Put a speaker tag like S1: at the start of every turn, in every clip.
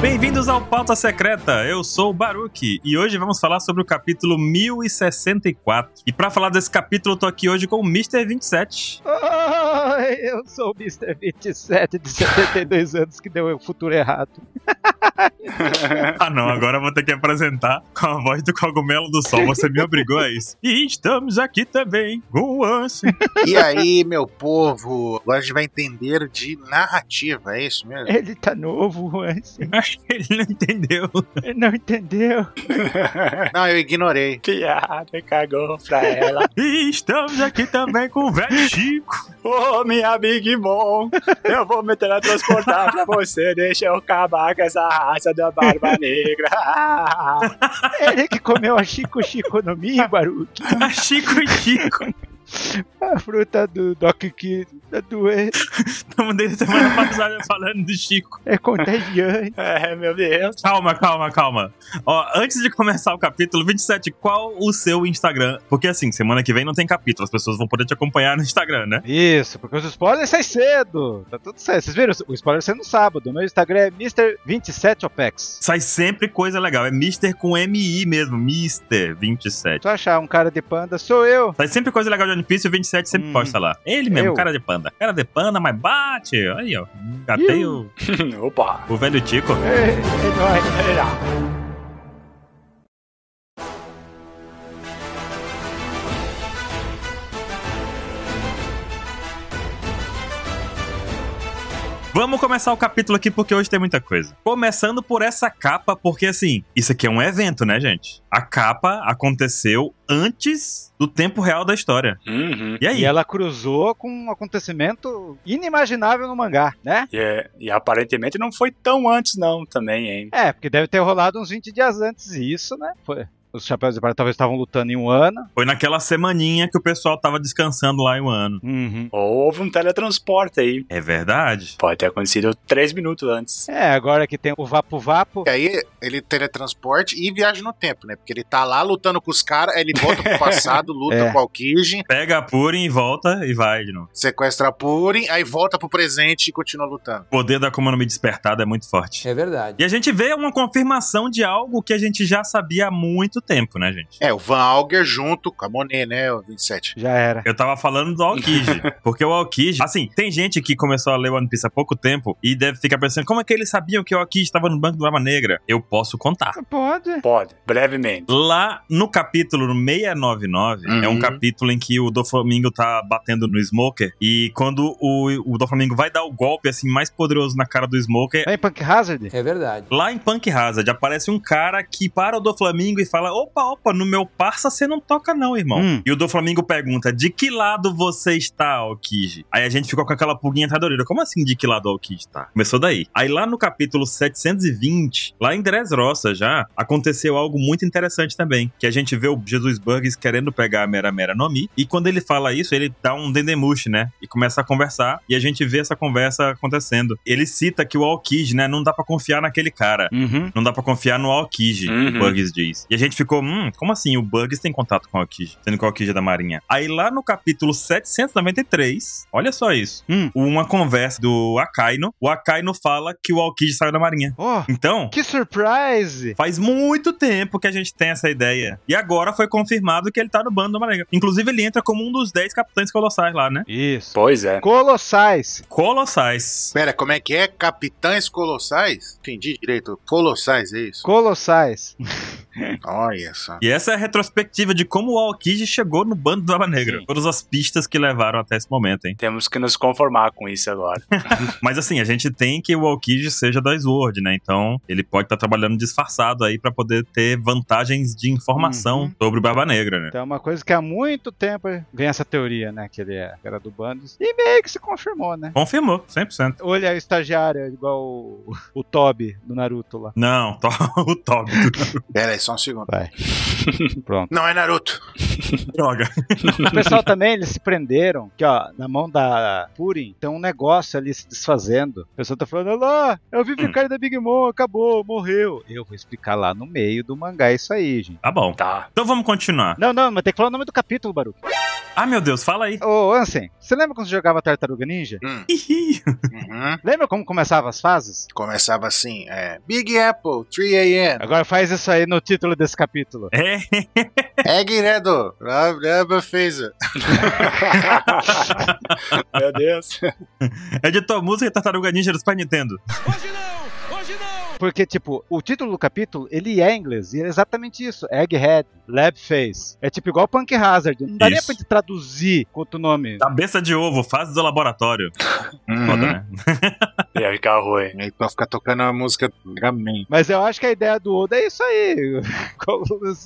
S1: Bem-vindos ao Pauta Secreta. Eu sou o Baruki e hoje vamos falar sobre o capítulo 1064. E para falar desse capítulo, eu tô aqui hoje com o Mr. 27.
S2: Ai, eu sou o Mr. 27 de 72 anos que deu o futuro errado.
S1: ah, não, agora eu vou ter que apresentar com a voz do cogumelo do sol. Você me obrigou a isso. E estamos aqui também com o Anse.
S3: E aí, meu povo? Agora a gente vai entender de narrativa, é isso mesmo?
S2: Ele tá novo, Anse.
S1: Acho que ele não entendeu.
S2: Ele não entendeu. É.
S3: Não, eu ignorei.
S4: Piada, cagou pra ela.
S1: E estamos aqui também com o velho Chico.
S4: Ô, minha Big Mom, eu vou me teletransportar pra você. Deixa eu acabar com essa raça da barba negra.
S2: Ele que comeu a Chico Chico no Mi, Baruque.
S1: A Chico e Chico.
S2: A fruta do Doc Kid tá da doença
S1: Estamos desde semana passada é falando do Chico.
S2: é contagiante.
S4: É, meu Deus.
S1: Calma, calma, calma. Ó, antes de começar o capítulo 27, qual o seu Instagram? Porque assim, semana que vem não tem capítulo, as pessoas vão poder te acompanhar no Instagram, né?
S2: Isso, porque os spoilers saem cedo. Tá tudo certo. Vocês viram? O spoiler sai no sábado. Meu Instagram é Mr27OPEX.
S1: Sai sempre coisa legal, é Mister com MI mesmo, Mister 27.
S2: Se tu achar um cara de panda, sou eu.
S1: Sai sempre coisa legal de One Piece, o 27 sempre
S2: Hum.
S1: posta lá. Ele mesmo,
S2: Eu.
S1: cara de panda. Cara de panda, mas bate. Aí, ó. Catei o,
S4: Opa.
S1: o velho Tico.
S2: É, é nóis.
S1: Vamos começar o capítulo aqui porque hoje tem muita coisa. Começando por essa capa, porque assim, isso aqui é um evento, né, gente? A capa aconteceu antes do tempo real da história.
S4: Uhum.
S1: E aí?
S2: E ela cruzou com um acontecimento inimaginável no mangá, né?
S4: E, é- e aparentemente não foi tão antes, não, também, hein?
S2: É, porque deve ter rolado uns 20 dias antes isso, né? Foi. Os chapéus de palha talvez estavam lutando em um ano.
S1: Foi naquela semaninha que o pessoal tava descansando lá em um ano.
S2: Uhum.
S4: Ou houve um teletransporte aí.
S1: É verdade.
S4: Pode ter acontecido três minutos antes.
S2: É, agora que tem o Vapo Vapo.
S3: E aí, ele teletransporte e viaja no tempo, né? Porque ele tá lá lutando com os caras, aí ele volta pro passado, luta
S2: É.
S3: com o Alkijin,
S1: Pega a Purim e volta e vai de novo.
S3: sequestra a Purim, aí volta pro presente e continua lutando.
S1: O poder da Akuma no Mi despertada é muito forte.
S5: É verdade.
S1: E a gente vê uma confirmação de algo que a gente já sabia há muito tempo, né, gente?
S3: É, o Van Auger junto com a Monet, né, o 27.
S2: Já era.
S1: Eu tava falando do Aokiji, porque o Aokiji, assim, tem gente que começou a ler One Piece há pouco tempo e deve ficar pensando, como é que eles sabiam que o Aokiji estava no Banco do Lama Negra? Eu posso contar.
S2: Pode.
S4: Pode, brevemente.
S1: Lá no capítulo 699,
S3: Uhum.
S1: é um capítulo em que o Doflamingo tá batendo no Smoker. E quando o, o Doflamingo vai dar o golpe assim mais poderoso na cara do Smoker,
S2: Tem Punk Hazard?
S5: É verdade.
S1: Lá em Punk Hazard aparece um cara que para o do Flamengo e fala: opa, opa, no meu parça você não toca, não, irmão.
S2: Hum.
S1: E o do Flamengo pergunta: de que lado você está, Alkiji? Aí a gente ficou com aquela pulguinha atrás da orelha. Como assim de que lado o Alkiji tá? Começou daí. Aí lá no capítulo 720, lá em Dressrosa já, aconteceu algo muito interessante também. Que a gente vê o Jesus Burgers querendo pegar a Mera Mera Nomi. E quando ele fala isso, ele dá um dendemushi, né? E começa a conversar. E a gente vê essa conversa acontecendo. Ele cita que o Alkiji, né? Não dá pra confiar naquele cara.
S2: Uhum.
S1: Não dá pra confiar no Aokiji,
S4: Uhum.
S1: o Bugs diz. E a gente ficou, hum, como assim? O Bugs tem contato com o Aokiji, sendo que o Aokiji é da Marinha. Aí lá no capítulo 793, olha só isso.
S2: Hum.
S1: Uma conversa do Akaino. O Akaino fala que o Aokiji saiu da Marinha.
S2: Oh,
S1: Então,
S2: que surprise!
S1: faz muito tempo que a gente tem essa ideia. E agora foi confirmado que ele tá no bando da Marinha. Inclusive, ele entra como um dos 10 capitães colossais lá, né?
S2: Isso.
S4: Pois é.
S2: Colossais.
S1: Colossais.
S3: Pera, como é que é? Capitães Colossais? Entendi direito. Colossais, é isso?
S2: Colossais.
S3: Olha só.
S1: E essa é a retrospectiva de como o Aokiji chegou no bando do Aba Negra.
S4: Sim.
S1: Todas as pistas que levaram até esse momento, hein?
S4: Temos que nos conformar com isso agora.
S1: Mas assim, a gente tem que o Aokiji seja da Sword, né? Então ele pode estar trabalhando disfarçado aí pra poder ter vantagens de informação
S2: Uhum.
S1: sobre o Barba Negra, né?
S2: Então é uma coisa que há muito tempo vem essa teoria, né? Que ele é que era do Bandos. E meio que se confirmou, né?
S1: Confirmou, 100%.
S2: Olha o estagiário, igual o, o Toby do Naruto lá.
S1: Não, to- o Toby.
S3: Pera aí, só um segundo.
S2: Pronto.
S3: Não é Naruto.
S1: Droga.
S2: O pessoal também, eles se prenderam, que ó, na mão da Purim tem um negócio ali se desfazendo. O pessoal tá falando, olha lá, é o Vivicar da Big Mom, acabou, morreu. Eu vou explicar lá no meio do mangá isso aí, gente.
S1: Tá bom.
S4: Tá.
S1: Então vamos continuar.
S2: Não, não, mas tem que falar o nome do capítulo, Baruco.
S1: Ah, meu Deus, fala aí.
S2: Ô, Ansem, você lembra quando você jogava Tartaruga Ninja?
S3: Hum,
S1: Ih,
S3: uhum.
S2: Lembra como começava as fases?
S3: Começava assim, é. Big Apple, 3 a.m.
S2: Agora faz isso aí no título desse capítulo.
S1: É,
S3: Egg né, Redo, Rob Rubber Phaser.
S4: Meu Deus.
S1: editor é música e Tartaruga Ninja do Super Nintendo.
S2: Porque, tipo, o título do capítulo, ele é em inglês, e é exatamente isso. Egghead, Lab Face. É tipo igual Punk Hazard. Não daria
S1: Isso.
S2: pra te traduzir com outro nome.
S1: Cabeça de ovo, fase do laboratório.
S3: Uhum.
S1: Foda, né?
S4: Ia ficar ruim.
S3: E aí pra ficar tocando a música Gamin.
S2: Mas eu acho que a ideia do Oda é isso aí,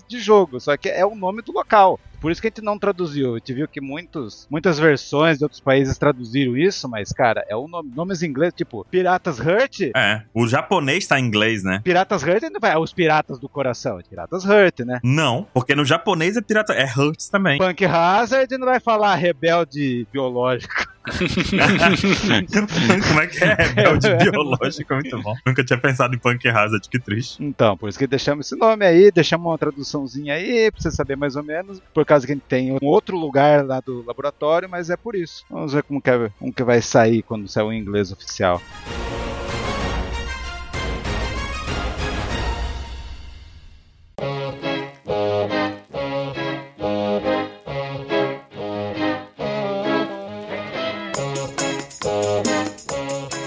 S2: de jogo, só que é o nome do local. Por isso que a gente não traduziu. A gente viu que muitos, muitas versões de outros países traduziram isso, mas, cara, é o nome, nomes em inglês, tipo, Piratas Hurt.
S1: É. O japonês tá em inglês, né?
S2: Piratas Hurt não é os piratas do coração, é Piratas Hurt, né?
S1: Não, porque no japonês é pirata. É Hurts também.
S2: Punk Hazard não vai falar rebelde biológico.
S1: Como é que é? Rebelde biológico, é muito bom. Nunca tinha pensado em Punk Hazard, que triste.
S2: Então, por isso que deixamos esse nome aí, deixamos uma traduçãozinha aí, pra você saber mais ou menos, por causa que a gente tem um outro lugar lá do laboratório, mas é por isso. Vamos ver como que, é- como que vai sair quando sair o inglês oficial.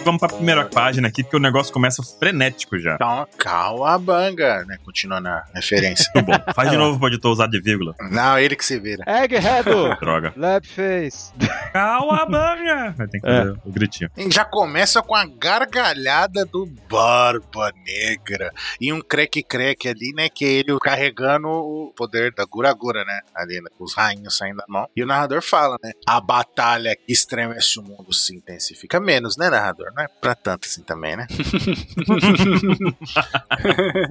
S1: Vamos pra primeira página aqui, porque o negócio começa frenético já.
S3: Então, Cauabanga, né? Continuando a referência.
S1: Muito bom. Faz de novo pro editor usar de vírgula.
S3: Não, ele que se vira.
S2: Egghead!
S1: Droga.
S2: Labface!
S1: Calabanga! Vai ter que fazer o gritinho.
S3: E já começa com a gargalhada do Barba Negra. E um creque-creque ali, né? Que é ele carregando o poder da Guragura, né? Ali, né, com os rainhos saindo da mão. E o narrador fala, né? A batalha que estremece o mundo se intensifica menos, né, narrador? Não é pra tanto assim também, né?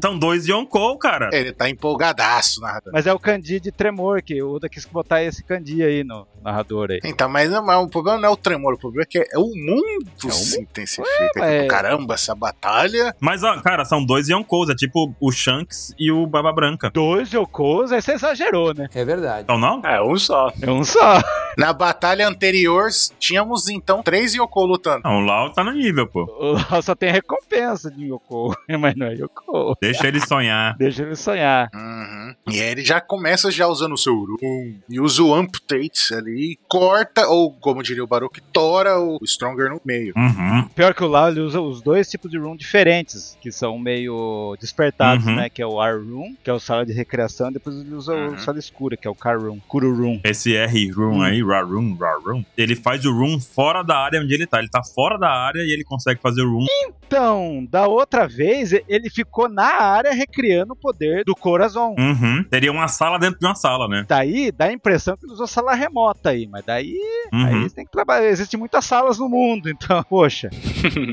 S1: São dois Yonkou, cara.
S2: É.
S3: Ele tá empolgadaço, narrador.
S2: Mas é o Kandi de Tremor, que o Oda quis botar esse Kandi aí no narrador aí.
S3: Então, mas, não, mas o problema não é o tremor, o problema é que é o mundo
S2: É o
S3: se intensifica. Tipo,
S2: ué.
S3: Caramba, essa batalha.
S1: Mas, ó, cara, são dois Yonkous. É tipo o Shanks e o Baba Branca.
S2: Dois Yokos, aí você exagerou, né?
S5: É verdade.
S1: Então não?
S4: É, um só.
S2: É um só.
S3: Na batalha anterior, tínhamos então três Yoko lutando.
S1: Não, o Lau tá no nível, pô.
S2: O Lau só tem recompensa de Yoko, mas não é Yoko.
S1: Deixa ele sonhar.
S2: Deixa ele sonhar.
S3: Uhum. E aí ele já começa já usando o seu Urum e usa o Amputate ali, corta, ou como diria o Baruch, tora o Stronger no meio.
S1: Uhum.
S2: Pior que o Lau, ele usa os dois tipos de room diferentes, que são meio despertados,
S1: Uhum.
S2: né? Que é o Ar Room, que é o sala de recreação, e depois ele usa
S3: Uhum.
S2: o sala escura, que é o Car Room, Kuru Room.
S1: Esse R-Room aí, Ra-Room, Ra-Room, ele faz o room fora da área onde ele tá. Ele tá fora da área e ele consegue fazer o room.
S2: Então, da outra vez, ele ficou na área recriando o poder do Corazon.
S1: Uhum. Teria uma sala dentro de uma sala, né?
S2: Daí dá a impressão que ele usou sala remota aí, mas daí,
S1: Uhum.
S2: aí tem que trabalhar. Existem muitas salas no mundo, então, poxa.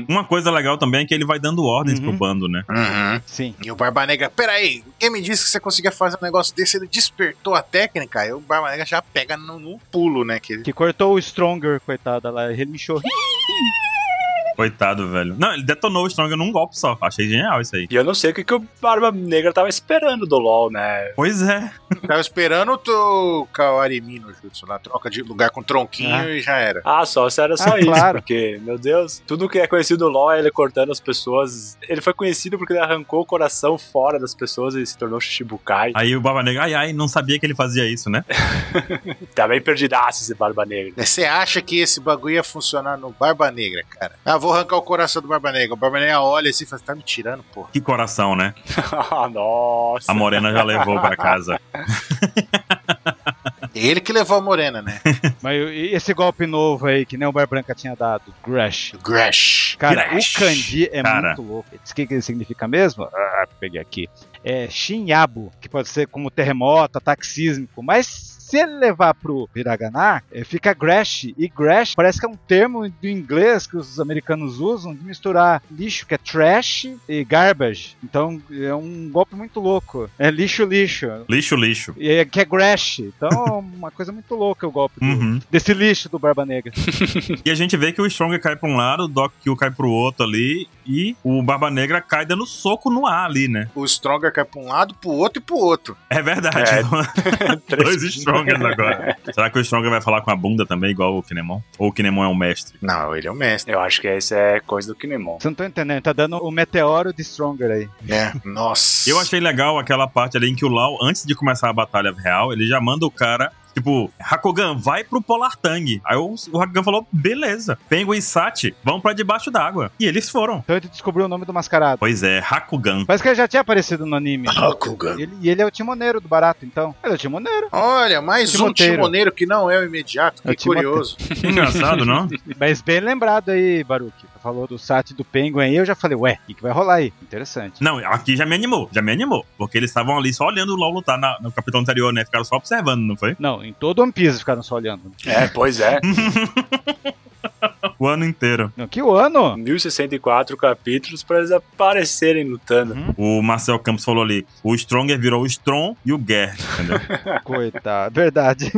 S1: Uma coisa legal também é que ele vai dando ordens
S2: Uhum.
S1: pro bando, né?
S3: Uhum.
S2: Sim.
S3: E o Barba Negra, peraí, quem me disse que você conseguia fazer um negócio desse? Ele despertou a técnica, aí o Barba Negra já pega no, no pulo, né? Que ele-
S2: Que cortou o Stronger, coitada lá, relinchou.
S1: Coitado, velho. Não, ele detonou o Stronger num golpe só. Achei genial isso aí.
S4: E eu não sei o que, que o Barba Negra tava esperando do LoL, né?
S1: Pois é.
S3: Tava esperando o teu Kawarimi no jutsu lá, troca de lugar com tronquinho
S2: Ah.
S3: e já era.
S4: Ah, só se era só
S2: Ah,
S4: isso,
S2: claro.
S4: porque, meu Deus, tudo que é conhecido do LoL é ele cortando as pessoas. Ele foi conhecido porque ele arrancou o coração fora das pessoas e se tornou Shichibukai.
S1: Aí o Baba Negra, ai, ai, não sabia que ele fazia isso, né?
S4: Tá bem perdidaço esse Barba Negra.
S3: É, Você acha que esse bagulho ia funcionar no Barba Negra, cara? Ah, vou arrancar o coração do Barba Negra. O Barba Negra olha assim e fala: tá me tirando, porra.
S1: Que coração, né?
S4: Ah, Nossa.
S1: A Morena já levou pra casa.
S3: Ele que levou a morena, né?
S2: mas e esse golpe novo aí, que nem o Bar Branca tinha dado? Grash.
S3: Grash.
S2: Cara,
S1: Grash.
S2: o Kandi é
S1: Cara.
S2: muito louco. Diz O que, que ele significa mesmo? Ah, peguei aqui. É Shinyabu, que pode ser como terremoto, ataque sísmico, mas se ele levar pro Hiragana, eh, fica Grash. E Grash parece que é um termo do inglês que os americanos usam de misturar lixo, que é trash, e garbage. Então é um golpe muito louco. É lixo, lixo.
S1: Lixo, lixo.
S2: E é, que é Grash. Então é uma coisa muito louca o golpe do-
S1: Uhum.
S2: desse lixo do Barba Negra.
S1: E a gente vê que o Stronger cai pra um lado, o Doc Kill cai pro outro ali, e o Barba Negra cai dando soco no ar ali, né?
S3: O Stronger cai pra um lado, pro outro e pro outro.
S1: É verdade.
S4: É.
S1: Dois Strongers agora. Será que o Stronger vai falar com a bunda também, igual o Kinemon? Ou o Kinemon é um mestre?
S3: Não, ele é o mestre,
S4: Eu acho que essa é coisa do Kinemon.
S2: Você não tá entendendo, tá dando o meteoro de Stronger aí.
S3: né? Nossa.
S1: Eu achei legal aquela parte ali em que o Lau, antes de começar a batalha real, ele já manda o cara. Tipo, Hakogan, vai pro Polar Tang. Aí o, o Hakogan falou, beleza. Penguin e Sati vão pra debaixo d'água. E eles foram.
S2: Então ele descobriu o nome do mascarado.
S1: Pois é, Hakugan.
S2: Parece que ele já tinha aparecido no anime.
S3: Hakugan.
S2: Ele, e ele é o timoneiro do barato, então. Ele é o timoneiro.
S3: Olha, mais um
S2: Timoteiro.
S3: timoneiro que não é o imediato. Que
S2: É o Timoteiro.
S3: curioso.
S1: Engraçado, não?
S2: Mas bem lembrado aí, Baruque. Falou do Sati e do Penguin aí, eu já falei, ué, o que, que vai rolar aí? Interessante.
S1: Não, aqui já me animou, já me animou. Porque eles estavam ali só olhando o Lau lutar na- no capítulo anterior, né? Ficaram só observando, não foi?
S2: Não, em todo One Piece ficaram só olhando.
S4: É, pois é.
S1: O ano inteiro.
S2: Não, que o ano?
S4: 1064 capítulos pra eles aparecerem lutando.
S1: O Marcel Campos falou ali: o Stronger virou o Strong e o Guerra, entendeu?
S2: Coitado, verdade.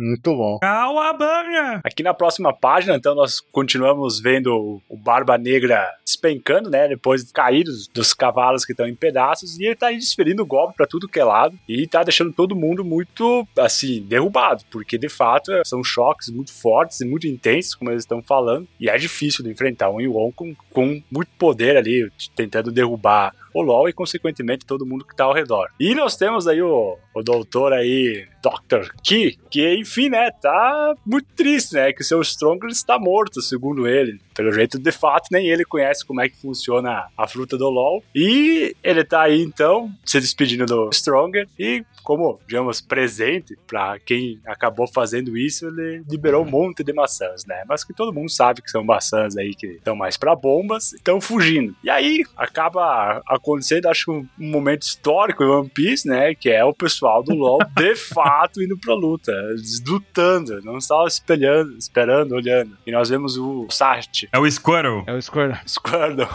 S3: Muito bom.
S1: Cauabanga!
S4: Aqui na próxima página, então, nós continuamos vendo o Barba Negra despencando, né? Depois de cair dos, dos cavalos que estão em pedaços. E ele tá aí desferindo golpe pra tudo que é lado. E tá deixando todo mundo muito, assim, derrubado. Porque, de fato, são choques muito fortes e muito intensos, como eles estão falando. E é difícil de enfrentar um Yuon com, com muito poder ali, tentando derrubar o LoL e, consequentemente, todo mundo que tá ao redor. E nós temos aí o, o doutor aí, Dr. Ki, que, enfim, né, tá muito triste, né, que o seu Stronger está morto, segundo ele. Pelo jeito, de fato, nem ele conhece como é que funciona a fruta do LoL. E ele tá aí, então, se despedindo do Stronger e... Como, digamos, presente pra quem acabou fazendo isso, ele liberou um monte de maçãs, né? Mas que todo mundo sabe que são maçãs aí que estão mais pra bombas, estão fugindo. E aí acaba acontecendo, acho um momento histórico em One Piece, né? Que é o pessoal do LoL de fato indo pra luta, eles lutando, não só espelhando, esperando, olhando. E nós vemos o Sart,
S1: É o Squirrel.
S2: É o Squirtle.
S4: Squirtle,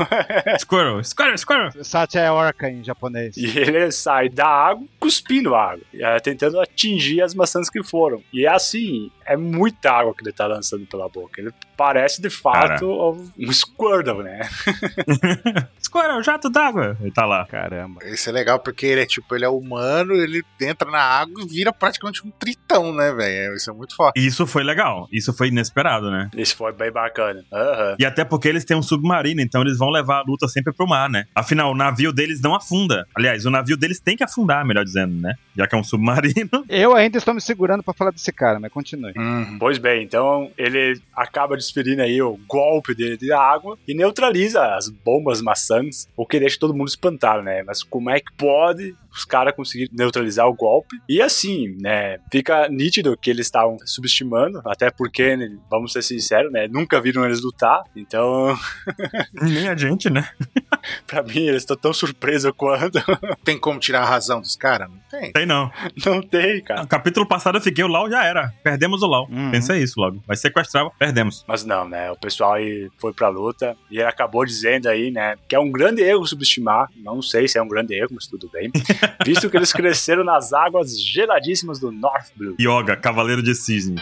S1: É. Squirrel, Squirrel, Squirrel!
S2: Sati é orca em japonês.
S4: E ele sai da água cuspindo água, eh, tentando atingir as maçãs que foram. E é assim, é muita água que ele tá lançando pela boca. Ele parece de
S1: Cara.
S4: fato um Squirtle, né?
S1: Squirrel, jato d'água! Ele tá lá.
S2: Caramba.
S3: Esse é legal porque ele é tipo, ele é humano, ele entra na água e vira praticamente um tritão, né, velho? Isso é muito forte.
S1: E Isso foi legal, isso foi inesperado, né?
S4: Isso foi bem bacana. Aham.
S1: E até porque eles têm um submarino, então eles vão levar a luta sempre pro mar, né? Afinal, o navio deles não afunda. Aliás, o navio deles tem que afundar, melhor dizendo, né? Já que é um submarino.
S2: Eu ainda estou me segurando pra falar desse cara, mas continue.
S3: Uhum.
S4: Pois bem, então ele acaba desferindo aí o golpe dele de água e neutraliza as bombas maçãs, o que deixa todo mundo espantado, né? Mas como é que pode os caras conseguirem neutralizar o golpe? E assim, né? Fica nítido que eles estavam subestimando, até porque, né, vamos ser sinceros, né? Nunca viram eles lutar, então
S1: Nem a gente, né?
S4: pra mim eles estão tão surpresos quanto.
S3: Tem como tirar a razão dos caras? Não tem.
S1: Tem não.
S4: Não tem, cara.
S1: No capítulo passado eu fiquei, o Lau já era. Perdemos o Lau.
S2: Uhum.
S1: Pensa isso logo. Vai sequestrar, perdemos.
S4: Mas não, né? O pessoal aí foi pra luta e ele acabou dizendo aí, né? Que é um grande erro subestimar. Não sei se é um grande erro, mas tudo bem. Visto que eles cresceram nas águas geladíssimas do North Blue.
S1: Yoga, Cavaleiro de Cisne.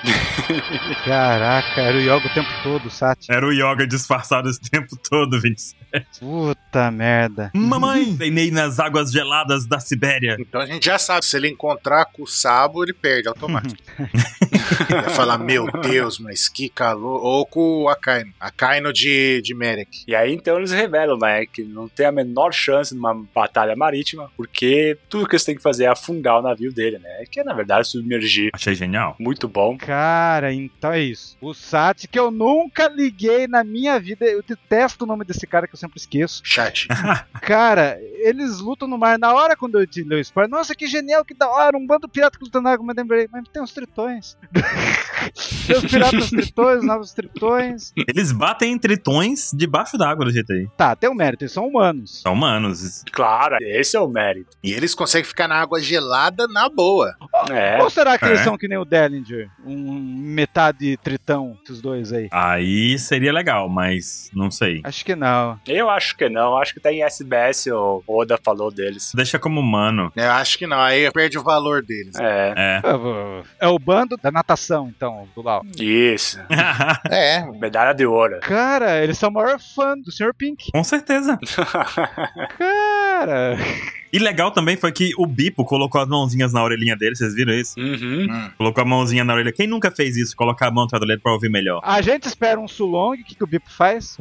S2: Caraca, era o Yoga o tempo todo, Sati.
S1: Era o Yoga disfarçado esse tempo todo, Vince.
S2: Puta merda.
S1: Uhum. Mamãe, treinei nas águas geladas da Sibéria.
S3: Então a gente já sabe, se ele encontrar com o Sabo, ele perde automático.
S2: Uhum.
S3: ele vai falar, meu Deus, mas que calor. Ou com o Akaino. Akaino de, de Merek.
S4: E aí então eles revelam, né? Que não tem a menor chance numa batalha marítima, porque tudo que eles têm que fazer é afundar o navio dele, né? Que é na verdade submergir.
S1: Achei genial.
S4: Muito bom.
S2: Cara, então é isso. O Sati que eu nunca liguei na minha vida. Eu detesto o nome desse cara que eu sempre esqueço.
S3: chat.
S2: Cara, eles lutam no mar na hora quando eu te leio spoiler. Nossa, que genial, que da hora, um bando pirata que luta na água, mas lembrei, mas tem uns tritões. tem os piratas tritões, novos tritões.
S1: Eles batem em tritões debaixo d'água do jeito aí.
S2: Tá, tem um mérito, eles são humanos.
S1: São humanos.
S4: Claro, esse é o mérito.
S3: E eles conseguem ficar na água gelada na boa.
S4: É.
S2: Ou será que eles
S1: É.
S2: são que nem o Dellinger? Um metade tritão, esses dois aí.
S1: Aí seria legal, mas não sei.
S2: Acho que não.
S4: Eu acho que não, acho que tá em SBS, o Oda falou deles.
S1: Deixa como humano.
S3: Eu acho que não, aí perde o valor deles.
S4: É,
S1: É.
S2: É o bando da natação, então, do Lau.
S4: isso.
S3: É,
S4: Medalha de ouro.
S2: Cara, eles são o maior fã do Sr. Pink.
S1: Com certeza.
S2: Cara.
S1: E legal também foi que o Bipo colocou as mãozinhas na orelhinha dele, vocês viram isso?
S4: Uhum.
S3: Hum.
S1: Colocou a mãozinha na orelha. Quem nunca fez isso? Colocar a mão atrás da orelha pra ouvir melhor.
S2: A gente espera um Sulong, o que, que o Bipo faz?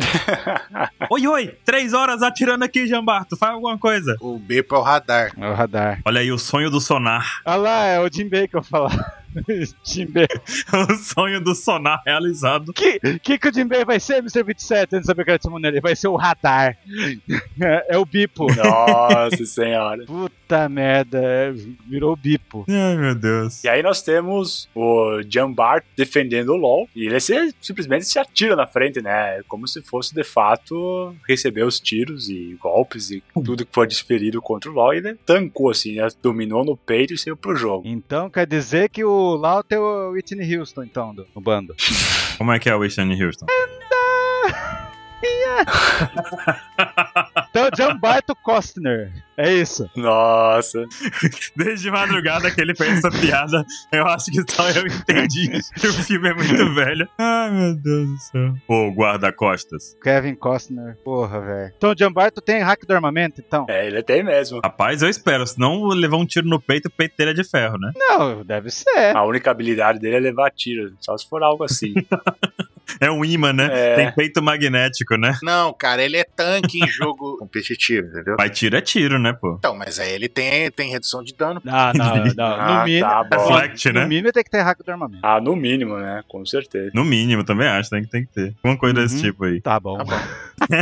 S1: Oi, oi! Três horas atirando aqui, Jambarto. Faz alguma coisa.
S3: O Bepo é o radar.
S2: É o radar.
S1: Olha aí o sonho do sonar.
S2: Olha lá, é o Jinbei que eu falar. Jinbei.
S1: o sonho do sonar realizado.
S2: O que, que, que o Jinbei vai ser, Mr. 27? Antes de saber o que era o Timon, ele vai ser o radar. É, é o Bipo.
S4: Tipo, Nossa senhora.
S2: Puta merda, é, virou o Bipo.
S1: Ai, meu Deus.
S4: E aí nós temos o Jambart defendendo o LoL. E ele se- simplesmente se atira na frente, né? Como se fosse, de fato, receber os tiros e golpes e tudo que foi desferido contra o LoL. E ele tancou, assim, né? dominou no peito e saiu pro jogo.
S2: Então quer dizer que o Lau tem o Whitney Houston, então, do, no bando.
S1: Como é que é o Whitney Houston?
S2: Então, Jambarto Costner. É isso.
S4: Nossa.
S1: Desde madrugada que ele fez essa piada, eu acho que só eu entendi que o filme é muito velho. Ai, meu Deus do céu. Ô, guarda-costas.
S2: Kevin Costner. Porra, velho. Então, o Jambarto tem hack do armamento, então?
S4: É, ele tem mesmo.
S1: Rapaz, eu espero, senão eu vou levar um tiro no peito, o peito dele é de ferro, né?
S2: Não, deve ser.
S4: A única habilidade dele é levar tiro. Só se for algo assim.
S1: É um imã, né?
S4: É.
S1: Tem peito magnético, né?
S3: Não, cara, ele é tanque em jogo competitivo, entendeu?
S1: Mas tiro é tiro, né, pô?
S3: Então, mas aí ele tem, tem redução de dano.
S2: Não, não, não.
S4: Ah,
S2: No mínimo,
S4: tá bom.
S1: Reflect,
S2: no
S1: né?
S2: mínimo tem que ter hack do armamento.
S4: Ah, no mínimo, né? Com certeza.
S1: No mínimo, também acho, tem que, tem que ter. Alguma coisa desse
S2: Uhum.
S1: tipo aí.
S2: Tá bom.
S3: Tá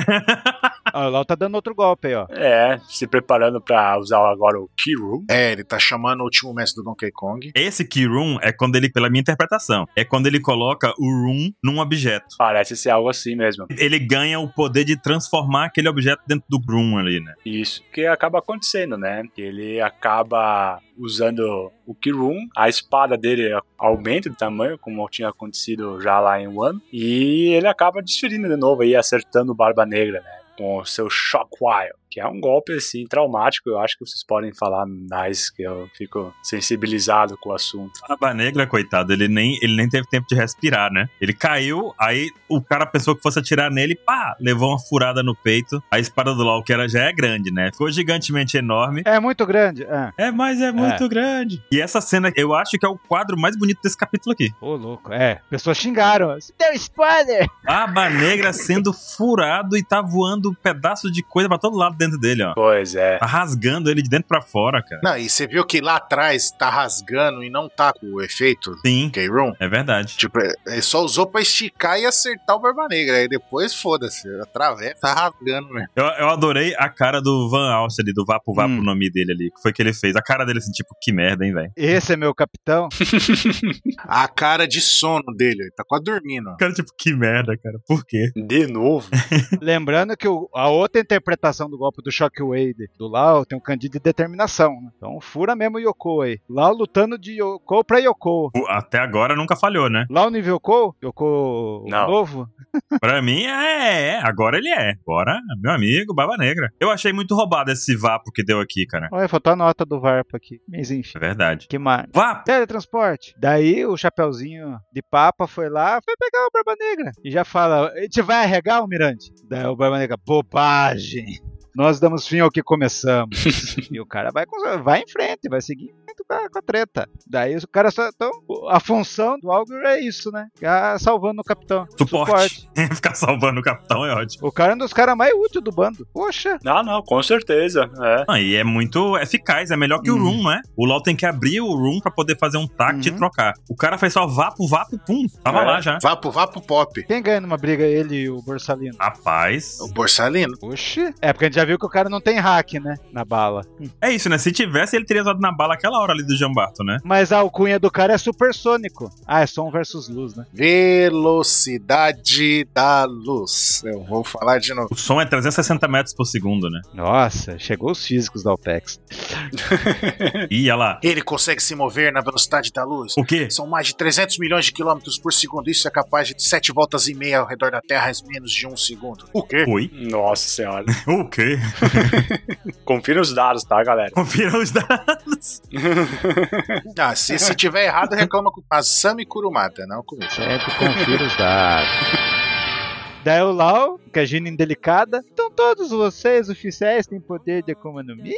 S2: Ó, o Lau tá dando outro golpe aí, ó.
S4: É, se preparando pra usar agora o Key Room.
S3: É, ele tá chamando o último mestre do Donkey Kong.
S1: Esse key room é quando ele, pela minha interpretação, é quando ele coloca o room num objeto.
S4: Parece ser algo assim mesmo.
S1: Ele ganha o poder de transformar aquele objeto dentro do room ali, né?
S4: Isso que acaba acontecendo, né? Que Ele acaba usando o Kirun, a espada dele aumenta de tamanho, como tinha acontecido já lá em One, e ele acaba desferindo de novo e acertando o Barba Negra, né? Com o seu Shockwire, que é um golpe assim traumático, eu acho que vocês podem falar mais, que eu fico sensibilizado com o assunto.
S1: Barba Negra, coitado, ele nem, ele nem teve tempo de respirar, né? Ele caiu, aí o cara pensou que fosse atirar nele, pá, levou uma furada no peito. A espada do Lau, que era, já é grande, né? Ficou gigantemente enorme.
S2: É muito grande. Ah,
S1: É, mas é muito grande. E essa cena, eu acho que é o quadro mais bonito desse capítulo aqui.
S2: ô louco. É, pessoas xingaram. Você deu spoiler!
S1: Barba Negra sendo furado e tá voando um pedaço de coisa pra todo lado dentro dele, ó.
S4: Pois é.
S1: Tá rasgando ele de dentro pra fora, cara.
S3: Não, e você viu que lá atrás tá rasgando e não tá com o efeito do
S1: Sim,
S3: Donkey Room?
S1: é verdade.
S3: Tipo, é- ele só usou pra esticar e acertar o Barba Negra. Aí depois, foda-se, atravessa, tá rasgando, né?
S1: Eu, eu adorei a cara do Van Alst ali, do Vapo Vapo,
S2: Hum.
S1: o nome dele ali. Que foi que ele fez. A cara dele assim, tipo, que merda, hein, velho.
S2: Esse é meu capitão.
S3: A cara de sono dele, ele tá quase dormindo.
S1: O cara, tipo, que merda, cara. Por quê?
S4: De novo.
S2: Lembrando que o- a outra interpretação do golpe do Shockwave do Lau tem um candido de determinação. né? Então fura mesmo o Yoko aí. Lau lutando de Yoko pra Yoko.
S1: O- Até agora nunca falhou, né?
S2: Lau nível Yoko? Yoko
S4: Não.
S2: novo?
S1: Pra mim, é, é. Agora ele é. Agora, meu amigo, Barba Negra. Eu achei muito roubado esse Vapo que deu aqui, cara.
S2: Olha, faltou a nota do Varpa aqui. Mas
S1: É
S2: enfim.
S1: verdade.
S2: Que mais?
S1: Vapo!
S2: Teletransporte. Daí o Chapeuzinho de Papa foi lá, foi pegar o Barba Negra. E já fala: A gente vai arregar, Almirante? Daí o Barba Negra: Bobagem. Nós damos fim ao que começamos. e o cara vai, com- vai em frente, vai seguir em frente muito com a, com a treta. Daí os caras só. Então, a função do Algor é isso, né? Ficar salvando o capitão.
S1: Suporte. É, Ficar salvando o capitão é ótimo.
S2: O cara é um dos caras mais úteis do bando. Poxa,
S4: Ah, não, com certeza. É.
S1: Ah, e é muito eficaz, é melhor que o
S2: Uhum.
S1: Room, né? O LoL tem que abrir o Room pra poder fazer um tact
S2: Uhum.
S1: e trocar. O cara faz só vapo, vapo, pum. Tava
S4: É.
S1: lá já.
S3: Vapo, vapo, pop.
S2: quem ganha numa briga? Ele e o Borsalino.
S1: Rapaz.
S3: O Borsalino.
S2: Oxi. É, porque a gente já viu que o cara não tem hack, né? Na bala.
S1: É isso, né? Se tivesse, ele teria usado na bala aquela hora ali do Jambato, né?
S2: Mas a alcunha do cara é supersônico. Ah, é som versus luz, né?
S3: Velocidade da luz. Eu vou falar de novo.
S1: O som é 360 metros por segundo, né?
S2: Nossa, chegou os físicos da Alpex.
S1: Ih, olha lá.
S3: Ele consegue se mover na velocidade da luz.
S1: O quê?
S3: São mais de 300 milhões de quilômetros por segundo. Isso é capaz de 7 voltas e meia ao redor da Terra em menos de um segundo. O quê?
S1: Oi?
S4: Nossa senhora.
S1: O quê?
S4: Confira os dados, tá, galera?
S1: Confira os dados.
S3: Ah, se, se tiver errado, reclama com a Sami Kurumata, não comigo.
S2: Sempre confira os dados. Daí o Lau, que é gina indelicada. Então todos vocês, oficiais, têm poder de Akuma no Mi?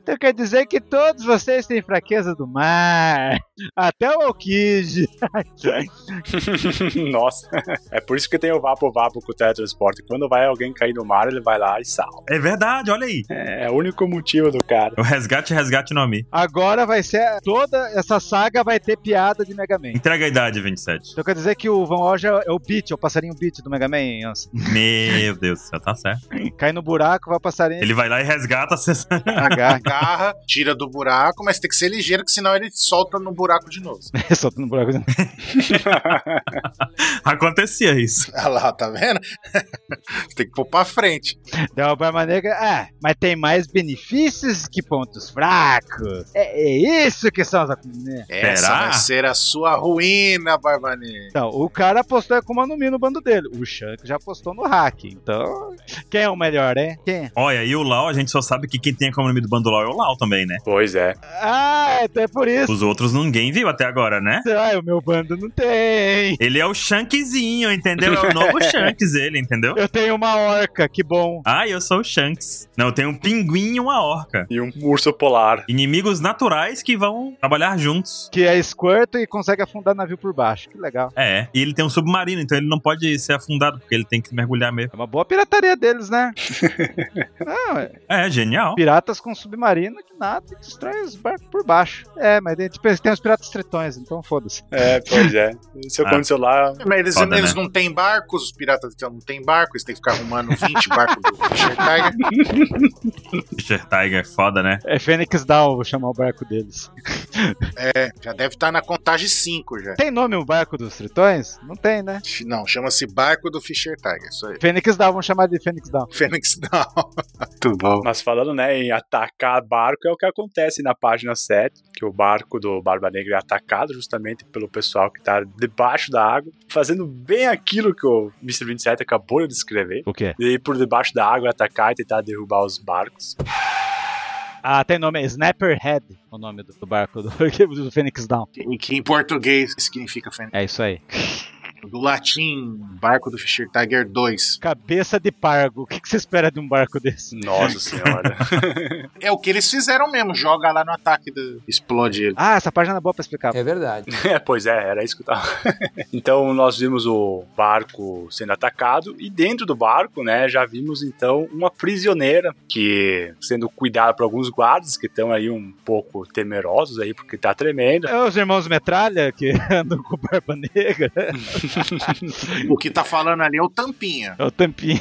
S2: Então quer dizer que todos vocês têm fraqueza do mar. Até o Alkid.
S4: Nossa. É por isso que tem o Vapo Vapo com o teletransporte. Quando vai alguém cair no mar, ele vai lá e salva.
S1: É verdade, olha aí. É
S4: É o único motivo do cara.
S1: O resgate, resgate no Ami.
S2: Agora vai ser... Toda essa saga vai ter piada de Mega Man.
S1: Entrega a idade, 27.
S2: Então quer dizer que o Van Oja é o Beat, é o passarinho Beat do Mega Man, Anson.
S1: Meu Deus do céu, tá certo.
S2: Cai no buraco, vai o passarinho
S1: Ele vai lá e resgata a sessão.
S2: agarra.
S3: Agarra, tira do buraco, mas tem que ser ligeiro, que senão ele solta no buraco de novo.
S2: Solta no buraco.
S1: Acontecia isso.
S3: Olha lá, tá vendo? tem que pôr pra frente.
S2: Dá uma barba negra. Ah, mas tem mais benefícios que pontos fracos. É, é isso que são as Akuma no Mi.
S3: Essa
S1: Será?
S3: vai ser a sua ruína, Barba Negra.
S2: Então, o cara apostou em Akuma no Mi no bando dele. O Shank já apostou no hack. Então, quem é o melhor, hein? Quem?
S1: Olha, e o Lau, a gente só sabe que quem tem a economia do bando Lau é o Lau também, né?
S4: Pois é.
S2: Ah, então é por isso.
S1: Os outros ninguém viu até agora, né?
S2: Ah, o meu bando não tem.
S1: Ele é o Shankzinho, entendeu? É o novo Shanks, ele, entendeu?
S2: Eu tenho uma orca, que bom.
S1: Ah, eu sou o Shanks. Não, eu tenho um pinguim e uma orca.
S4: E um urso polar.
S1: Inimigos naturais que vão trabalhar juntos.
S2: Que é squirto e consegue afundar navio por baixo. Que legal.
S1: É, e ele tem um submarino, então ele não pode ser afundado, porque ele tem que mergulhar mesmo.
S2: É uma boa pirataria deles, né? Não, é-
S1: É, genial.
S2: piratas com submarino que nada e destrói os barcos por baixo. É, mas a gente pensa, tem os piratas tretões, então foda-se.
S4: É, pois é. Se eu
S1: Ah.
S4: aconteceu lá,
S3: Mas eles,
S1: Foda,
S3: eles não têm barcos, os piratas então, não têm barco, eles têm que ficar arrumando 20 barcos do Richard Tiger.
S1: Fischer Tiger, é foda, né?
S2: É Fênix Down, vou chamar o barco deles.
S3: É, já deve estar na contagem 5 já.
S2: Tem nome o barco dos tritões? Não tem, né?
S3: Não, chama-se Barco do Fischer Tiger, isso aí.
S2: Fênix Down, vamos chamar de Fênix Down.
S3: Fênix Down. Muito bom.
S4: Mas falando, né, em atacar barco, é o que acontece na página 7, que o barco do Barba Negra é atacado justamente pelo pessoal que tá debaixo da água, fazendo bem aquilo que o Mr. 27 acabou de descrever.
S2: O quê?
S4: E ir por debaixo da água, atacar e tentar derrubar os barcos.
S2: Ah, tem nome, é Snapper Head, o nome do, do barco do, do Fênix Down.
S3: E que em português significa Fênix.
S2: É isso aí.
S3: Do latim, Barco do Fischer Tiger 2.
S2: Cabeça de pargo, o que, que você espera de um barco desse?
S4: Nossa senhora.
S3: É o que eles fizeram mesmo, joga lá no ataque do... Explode ele.
S2: Ah, essa página é boa pra explicar.
S5: É verdade.
S4: É, pois é, era isso que eu tava. então nós vimos o barco sendo atacado e dentro do barco, né, já vimos então uma prisioneira que sendo cuidada por alguns guardas que estão aí um pouco temerosos aí porque tá tremendo.
S2: É os irmãos metralha que andam com barba negra.
S3: O que tá falando ali é o Tampinha.
S2: É o tampinha.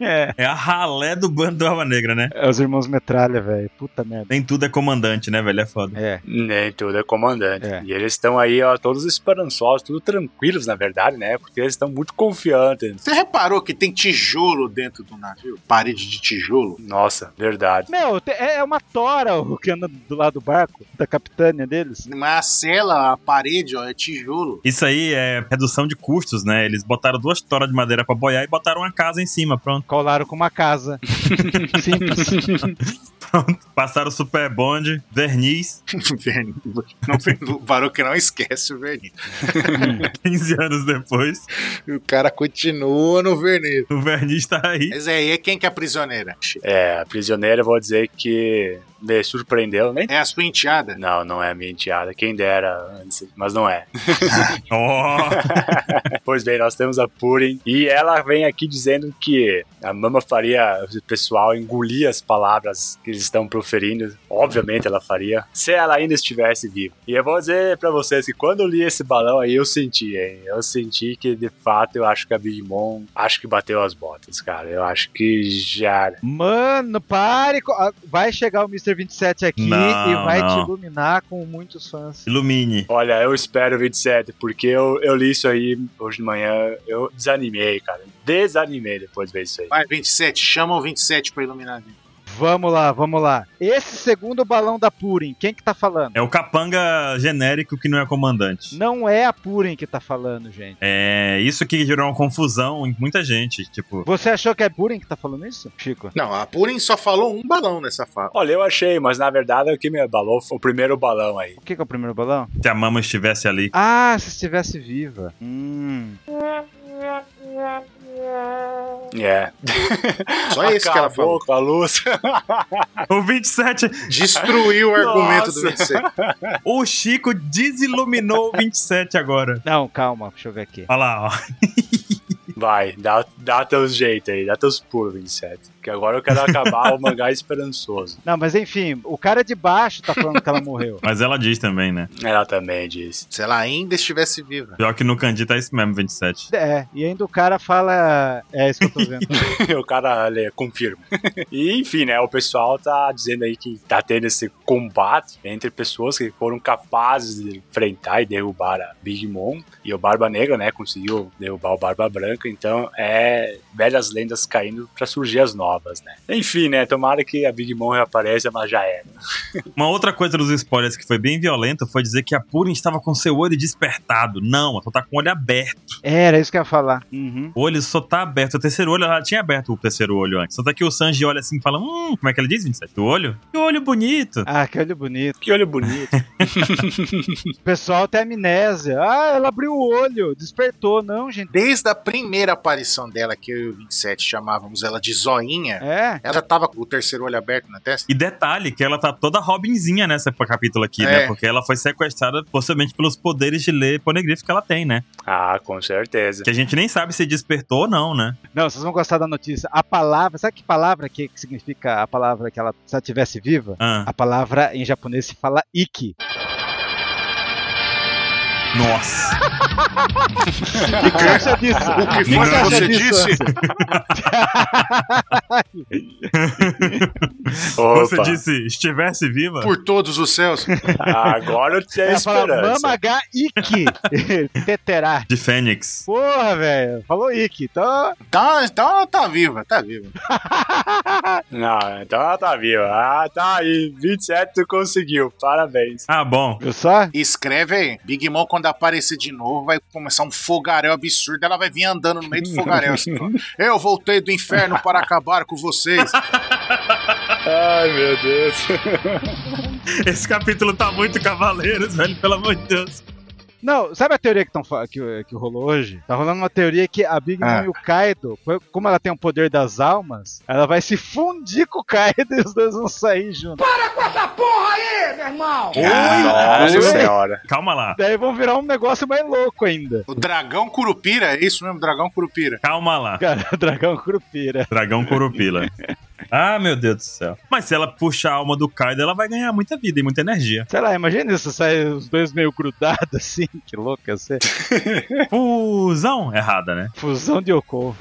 S2: É.
S1: É a ralé do bando do Alva Negra, né?
S2: É os irmãos metralha, velho. Puta merda.
S1: Nem tudo é comandante, né, velho? É foda.
S2: É.
S4: Nem tudo é comandante.
S2: É.
S4: E eles estão aí, ó, todos esperançosos, tudo tranquilos, na verdade, né? Porque eles estão muito confiantes.
S3: Você reparou que tem tijolo dentro do navio? Parede de tijolo?
S4: Nossa, verdade.
S2: Meu, te- é é uma tora o que anda do lado do barco, da capitânia deles.
S3: Mas a cela, a parede, ó, é tijolo.
S1: Isso aí é redução de custos, né? Eles botaram duas toras de madeira pra boiar e botaram uma casa em cima, pronto.
S2: Colaram com uma casa. Simples.
S1: Passaram super bonde, verniz,
S3: Verniz. Não, o Baruque não esquece o verniz.
S1: 15 anos depois,
S3: O cara continua no verniz.
S1: o verniz tá aí.
S3: Mas é, e quem que é a prisioneira?
S4: É, a prisioneira, eu vou dizer que me surpreendeu. Nem...
S3: É a sua enteada?
S4: Não, não é a minha enteada. Quem dera antes, mas não é.
S1: Ó,
S4: pois bem, nós temos a Purim. E ela vem aqui dizendo que a mama faria o pessoal engolir as palavras que eles estão proferindo. Obviamente ela faria, se ela ainda estivesse viva. E eu vou dizer pra vocês que quando eu li esse balão aí, eu senti, hein? Eu senti que de fato eu acho que a Big Mom acho que bateu as botas, cara. Eu acho que já era.
S2: Mano, pare. co- ah, Vai chegar o Mr. 27 aqui
S1: Não,
S2: e vai te
S1: não.
S2: iluminar com muitos fãs.
S1: ilumine.
S4: Olha, eu espero 27, porque eu, eu li isso aí hoje de manhã, eu desanimei, cara. Desanimei depois de ver isso aí.
S3: Vai, 27, chama o 27 pra iluminar. a gente.
S2: Vamos lá, vamos lá. Esse segundo balão da Purim, quem que tá falando?
S1: É o capanga genérico que não é comandante.
S2: Não é a Purim que tá falando, gente.
S1: É isso que gerou uma confusão em muita gente. Tipo,
S2: Você achou que é Purim que tá falando isso, Chico?
S3: Não, a Purim só falou um balão nessa fala.
S4: Olha, eu achei, mas na verdade é o que me abalou foi o primeiro balão aí.
S2: O que, que é o primeiro balão?
S1: se a mama estivesse ali.
S2: Ah, se estivesse viva. Hum.
S4: É.
S3: Só esse é que ela falou.
S4: Acabou com a luz.
S1: O 27,
S3: Destruiu o argumento do
S4: Nossa.
S3: 27.
S1: o Chico desiluminou o 27 agora.
S2: Não, calma, deixa eu ver aqui.
S1: Olha lá, ó.
S4: Vai, dá, dá teus jeitos aí, dá teus pulos, 27. Que agora eu quero acabar o mangá esperançoso.
S2: Não, mas enfim, o cara de baixo tá falando que ela morreu.
S1: Mas ela diz também, né?
S4: Ela também disse.
S3: Se ela ainda estivesse viva.
S1: Pior que no Candy tá isso mesmo, 27.
S2: É, e ainda o cara fala. É isso que eu tô vendo.
S4: o cara ele, confirma. E enfim, né? O pessoal tá dizendo aí que tá tendo esse combate entre pessoas que foram capazes de enfrentar e derrubar a Big Mom. E o Barba Negra, né? Conseguiu derrubar o Barba Branca. Então é velhas lendas caindo pra surgir as novas, né? Enfim, né? Tomara que a Big Mom reapareça, mas já é. era.
S1: Uma outra coisa dos spoilers que foi bem violenta foi dizer que a Purin estava com seu olho despertado. Não, ela só tá com o olho aberto.
S2: Era isso que eu ia falar. Uhum.
S1: O olho só tá aberto. O terceiro olho, ela tinha aberto o terceiro olho antes. Só tá que o Sanji olha assim e fala: Hum, como é que ele diz, 27? O olho? Que olho bonito.
S2: Ah, que olho bonito.
S4: Que olho bonito.
S2: O pessoal tem amnésia. Ah, ela abriu o olho, despertou. Não, gente.
S3: Desde a primeira aparição dela, que eu e o 27 chamávamos ela de Zoinha,
S2: É.
S3: ela tava com o terceiro olho aberto na testa.
S1: E detalhe que ela tá toda Robinzinha nessa capítulo aqui, né?
S3: É.
S1: Porque ela foi sequestrada possivelmente pelos poderes de ler poneglyph que ela tem, né?
S4: ah, com certeza.
S1: Que a gente nem sabe se despertou ou não, né?
S2: Não, vocês vão gostar da notícia. A palavra. Sabe que palavra que que significa a palavra que ela se ela tivesse viva?
S1: Ah,
S2: A palavra em japonês se fala iki.
S1: nossa.
S2: O que acha disso? O
S3: que foi que Ah, você
S2: é
S3: disse?
S1: Você
S4: Opa,
S1: disse, estivesse viva?
S3: Por todos os céus.
S4: agora eu tenho
S2: Ela
S3: é
S2: fala
S4: esperança.
S2: é mama ga iki. Teterá.
S1: De Fênix.
S2: Porra, velho. Falou iki. Então,
S3: Tá, então tá viva, tá viva.
S4: Não, então ela tá viva. Ah, tá aí. 27 tu conseguiu. Parabéns.
S1: Ah, bom.
S2: viu só?
S3: Escreve aí. Big Mom, quando aparecer de novo, vai começar um fogaréu absurdo. Ela vai vir andando no meio do fogaréu. assim, falando, Eu voltei do inferno para acabar com vocês.
S4: Ai, meu Deus.
S1: Esse capítulo tá muito cavaleiros, velho, pelo amor de Deus.
S2: Não, sabe a teoria que, tão, fa- que, que rolou hoje? Tá rolando uma teoria que a Big Mom
S3: Ah.
S2: e o Kaido, co- como ela tem o poder das almas, ela vai se fundir com o Kaido e os dois vão sair juntos.
S4: Nossa
S2: Oi.
S4: senhora.
S1: Calma lá.
S2: Daí vão virar um negócio mais louco ainda.
S3: O dragão curupira, é isso mesmo, dragão curupira.
S1: Calma lá.
S2: Cara, o dragão Curupira.
S1: Dragão Corupila. Ah, meu Deus do céu. Mas se ela puxar a alma do Kaido, ela vai ganhar muita vida e muita energia.
S2: Sei lá, imagina isso, sai os dois meio grudados assim, que louco ia ser.
S1: Fusão errada, né?
S2: Fusão de Yoko.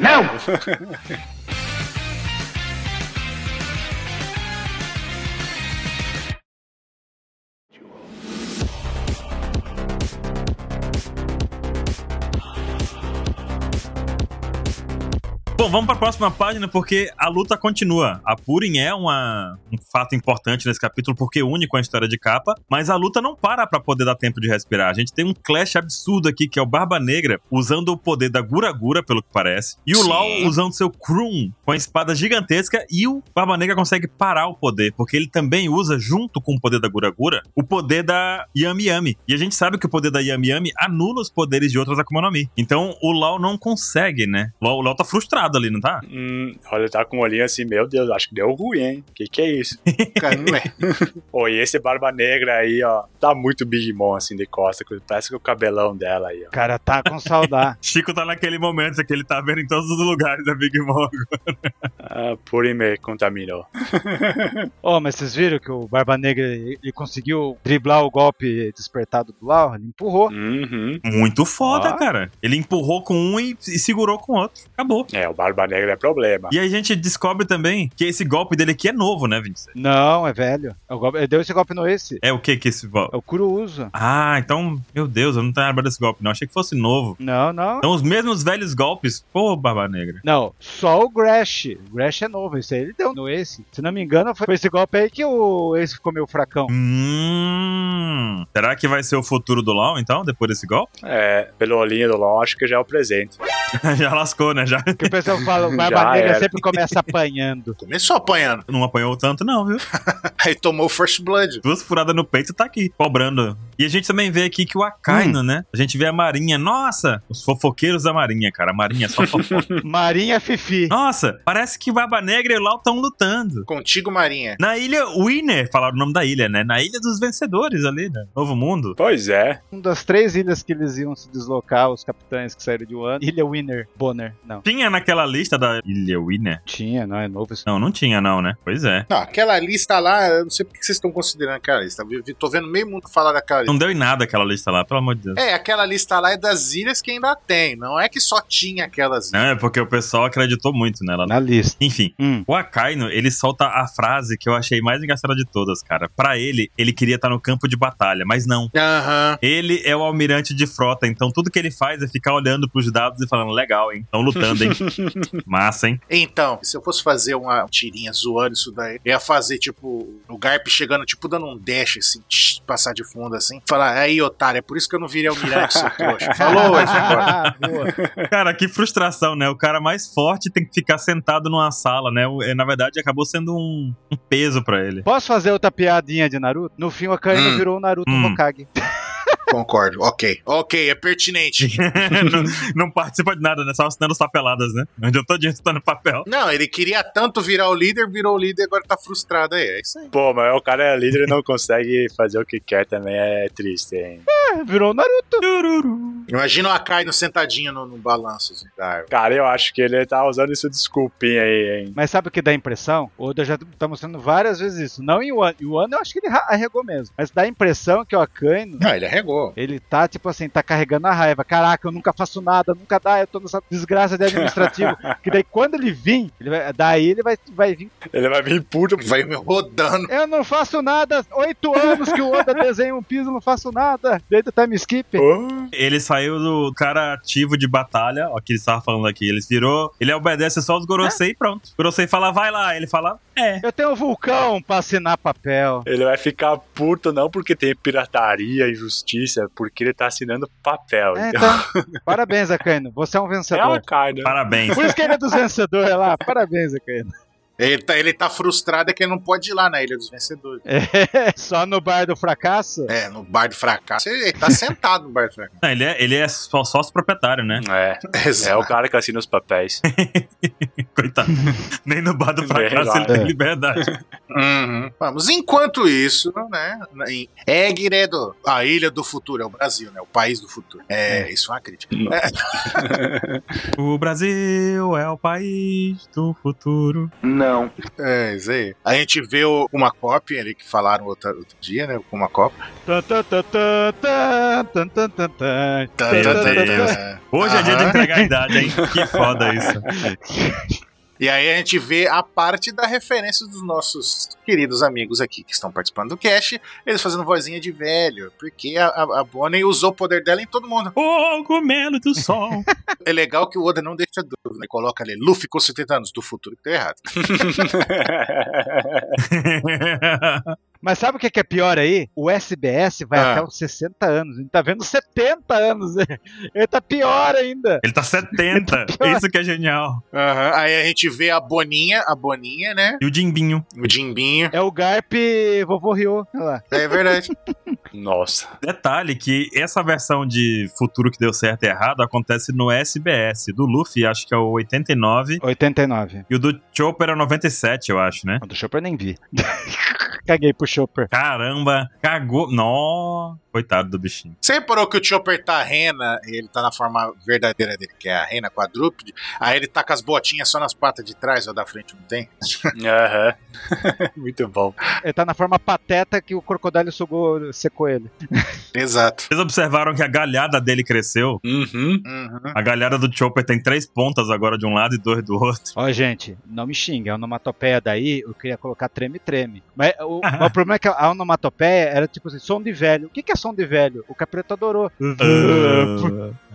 S1: Bom, vamos pra próxima página porque a luta continua. A Purim é uma, um fato importante nesse capítulo porque une com a história de capa, mas a luta não para pra poder dar tempo de respirar. A gente tem um clash absurdo aqui que é o Barba Negra usando o poder da Gura Gura, pelo que parece, e o
S3: Sim.
S1: Law usando seu Kroon com a espada gigantesca e o Barba Negra consegue parar o poder porque ele também usa junto com o poder da Gura Gura o poder da Yami Yami. E a gente sabe que o poder da Yami Yami anula os poderes de outras Akuma no Mi. Então o Law não consegue, né? O Law- o Law tá frustrado ali, não tá?
S4: Hum, olha, tá com um olhinho assim, meu Deus, acho que deu ruim, hein? Que que é isso?
S3: Cara, não é.
S4: Pô, e esse barba negra aí, ó, tá muito Big Mom assim de costa, que parece que é o cabelão dela aí, ó.
S2: O cara tá com saudade.
S1: Chico tá naquele momento que ele tá vendo em todos os lugares da Big Mom.
S4: Ah, Purim me contaminou.
S2: Ô, mas vocês viram que o Barba Negra ele ele conseguiu driblar o golpe despertado do Lau? Ele empurrou.
S4: Uhum.
S1: Muito foda,
S2: Ó.
S1: cara. Ele empurrou com um e, e segurou com o outro. Acabou.
S4: É, o barba negra é problema.
S1: E a gente descobre também que esse golpe dele aqui é novo, né, 26?
S2: Não, é velho. É o golpe- Ele deu esse golpe no esse.
S1: É o que que esse golpe?
S2: É o Kuruusa.
S1: Ah, então, meu Deus, eu não tava lembrado desse golpe, não. Achei que fosse novo.
S2: Não, não.
S1: Então, os mesmos velhos golpes. Pô, Barba Negra.
S2: Não, só o Gresh. O Gresh é novo, isso aí ele deu no Ace. Se não me engano, foi esse golpe aí que o Ace ficou meio fracão.
S1: Hum. Será que vai ser o futuro do LoL, então, depois desse golpe?
S4: É, pelo olhinho do LOL, acho que já é o presente.
S1: Já lascou, né? Já
S2: Porque o pessoal fala, o
S4: Já
S2: Barba Negra
S4: era.
S2: sempre começa apanhando.
S3: Começou apanhando.
S1: não apanhou tanto, não, viu?
S3: Aí tomou o First Blood.
S1: duas furadas no peito tá aqui, cobrando. E a gente também vê aqui que o Akaino, né? A gente vê a Marinha. Nossa! Os fofoqueiros da Marinha, cara. A Marinha é só fofoca.
S2: Marinha Fifi.
S1: Nossa, parece que Barba Negra e o Lau estão lutando.
S3: Contigo, Marinha.
S1: Na ilha Winner, falaram o nome da ilha, né? Na ilha dos vencedores ali, né? Novo Mundo.
S4: Pois é.
S2: Uma das três ilhas que eles iam se deslocar, os capitães que saíram de Wano. Ilha Winner. Bonner. Não.
S1: Tinha naquela lista da ilha Winner?
S2: Tinha, não, é novo isso.
S1: Não, não tinha não, né? Pois é.
S3: Não, aquela lista lá, eu não sei por que vocês estão considerando aquela lista. Eu vi- Tô vendo meio mundo falar daquela lista.
S1: Não deu em nada aquela lista lá, pelo amor de Deus.
S3: É, aquela lista lá é das ilhas que ainda tem. Não é que só tinha aquelas ilhas.
S1: Não, é porque o pessoal acreditou muito nela. né?
S2: Na lista.
S1: Enfim,
S2: Hum.
S1: O Akaino, ele solta a frase que eu achei mais engraçada de todas, cara. Pra ele, ele queria estar no campo de batalha, mas não.
S3: Aham.
S1: Ele é o almirante de frota, então tudo que ele faz é ficar olhando pros dados e falando: legal, hein? Estão lutando, hein? Massa, hein?
S3: Então, se eu fosse fazer uma tirinha zoando isso daí, eu ia fazer, tipo, o Garp chegando, tipo, dando um dash, assim, tch, passar de fundo, assim. Falar, aí, otário, é por isso que eu não virei almirante, seu trouxa. Falou, hoje agora.
S2: Boa.
S1: Cara, que frustração, né? O cara mais forte tem que ficar sentado numa sala, né? O- é, Na verdade, acabou sendo um, um peso pra ele.
S2: Posso fazer outra piadinha de Naruto? No fim, o Akainu
S3: Hum.
S2: virou o Naruto
S1: Hum.
S2: Hokage.
S3: Concordo, ok. Ok, é pertinente.
S1: não, não participa de nada, né? Só assinando papeladas, né? Onde eu tô digitando papel.
S3: Não, ele queria tanto virar o líder, virou o líder, agora tá frustrado aí. É isso aí.
S4: Pô, mas o cara é líder e não consegue fazer o que quer também, é triste, hein?
S2: É, Virou o Naruto.
S1: Tururu.
S3: Imagina o Akainu sentadinho no, no balanço. Assim, da árvore.
S4: Cara, eu acho que ele tá usando isso de desculpinha aí, hein?
S2: Mas sabe o que dá a impressão? O Oda já tá mostrando várias vezes isso. Não em Wano. Em Wano eu acho que ele ra- arregou mesmo. Mas dá a impressão que o Akainu,
S3: Não, ele arregou.
S2: ele tá, tipo assim, tá carregando a raiva. Caraca, eu nunca faço nada, nunca dá, eu tô nessa desgraça de administrativo. que daí quando ele vir, ele vai- daí ele vai, vai vir.
S4: Ele vai vir puto.
S3: Vai me rodando.
S2: Eu não faço nada, oito anos que o Oda desenha um piso, eu não faço nada. Desde o time skip.
S4: Oh,
S1: Ele saiu do cara ativo de batalha, ó, que ele estava falando aqui. Ele virou, ele obedece só os Gorosei e pronto. Gorosei fala, vai lá. Ele fala, é.
S2: Eu tenho um vulcão pra assinar papel.
S4: Ele vai ficar puto não porque tem pirataria, injustiça, porque ele tá assinando papel.
S2: É,
S4: então,
S2: então, parabéns, Akainu. Você é um
S4: é uma
S2: vencedor.
S4: carne.
S1: Parabéns.
S2: Por isso que ele é dos vencedores é lá. Parabéns, Akainu.
S3: Ele tá, ele tá frustrado é que ele não pode ir lá na Ilha dos Vencedores.
S2: Só no bar do fracasso?
S3: É, no bar do fracasso. Ele ele tá sentado no bar do fracasso.
S1: Não, ele, é, ele é só sócio proprietário, né?
S4: É, é o cara que assina os papéis.
S1: Coitado. Nem no bar do fracasso ele
S4: Verdade.
S1: tem liberdade.
S3: Uhum. Vamos, enquanto isso, né? Em Egredo, a ilha do futuro, é o Brasil, né? O país do futuro. É, isso é uma crítica.
S1: o Brasil é o país do futuro.
S3: É, isso aí. A gente vê o, uma cópia ali que falaram outra, outro dia, né? Uma cópia.
S2: Tan, tan, tan, tan, tan, tan, tan, tan, tan.
S1: Meu Deus. Hoje é dia de
S3: Aham.
S1: entregar a idade, hein? Que foda isso.
S3: E aí a gente vê a parte da referência dos nossos queridos amigos aqui que estão participando do cast, eles fazendo vozinha de velho, porque a, a- a Bonnie usou o poder dela em todo mundo.
S1: O Cogumelo do sol.
S3: É legal que o Oda não deixa dúvida, ele coloca ali, Luffy com 70 anos do futuro, que tá errado.
S2: Mas sabe o que que é pior aí? O SBS vai
S3: Ah.
S2: até os 60 anos. A gente tá vendo 70 anos. Ele tá pior ainda.
S1: Ele tá 70. Isso que é genial.
S3: Aham, Aí a gente vê a Boninha, a Boninha, né?
S1: E o Dimbinho.
S3: O Jimbinho.
S2: É o Garp vovô Rio. Olha lá.
S3: É verdade.
S4: Nossa.
S1: Detalhe que essa versão de futuro que deu certo e errado acontece no SBS. Do Luffy, acho que é o 89.
S2: 89.
S1: E o do Chopper é o 97, eu acho, né?
S2: O do Chopper nem vi. Caguei pro Chopper.
S1: Caramba, cagou. Nó, coitado do bichinho.
S3: Você reparou que o Chopper tá rena, ele tá na forma verdadeira dele, que é a rena quadrúpede, aí ele tá com as botinhas só nas patas de trás, ou da frente não tem?
S4: Aham. Muito bom.
S2: Ele tá na forma pateta que o crocodilo sugou, secou ele.
S3: Exato.
S1: Vocês observaram que a galhada dele cresceu?
S4: Uhum.
S3: Uhum.
S1: A galhada do Chopper tem três pontas agora de um lado e dois do outro.
S2: Ó, gente, não me xingue. A onomatopeia daí, eu queria colocar treme-treme. Mas o, mas o problema é que a onomatopeia era tipo assim, som de velho. O que, que é som de velho? O capeta adorou.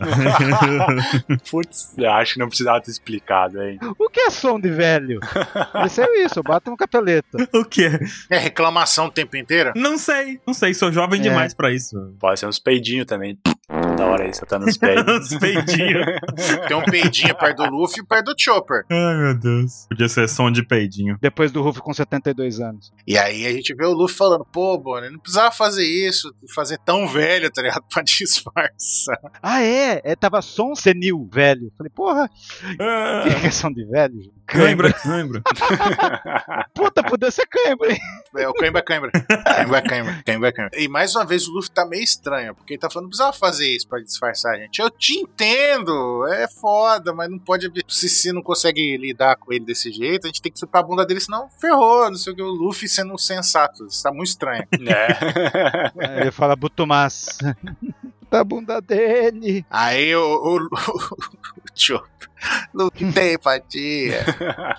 S1: Ah.
S4: Putz, eu acho que não precisava ter explicado, hein?
S2: O que é som de velho? Isso é isso, bata no capeleta.
S1: o quê?
S3: É reclamação o tempo inteiro?
S1: Não sei, não sei, sou jovem
S2: É.
S1: demais pra isso.
S4: Pode ser uns peidinhos também. Da hora aí, só tá nos peidos.
S1: Os peidinhos.
S3: Tem um peidinho perto do Luffy e perto do Chopper.
S1: Ai, meu Deus. Podia ser som de peidinho.
S2: Depois do Ruff com 72 anos.
S3: E aí a gente vê o Luffy falando, pô, Bonnie, não precisava fazer isso, fazer tão velho, tá ligado? Pra disfarçar.
S2: Ah, é? é tava som senil, velho. Falei, porra, o que, que é som de velho? gente?
S1: Cãibra, cãibra.
S2: Puta, podia ser cãibra, hein?
S3: É o cãibra cãibra. Cãibra cãibra, cãibra cãibra. E mais uma vez o Luffy tá meio estranho, porque ele tá falando, não precisava fazer isso pra disfarçar, gente. Eu te entendo, é foda, mas não pode. Se, se não consegue lidar com ele desse jeito, a gente tem que chupar a bunda dele, senão ferrou, não sei o que. O Luffy sendo um sensato, isso tá muito estranho.
S4: É.
S2: Aí Ele fala Butumás. Da Tá bunda dele.
S3: Aí o, o, o, Tio, não tem empatia.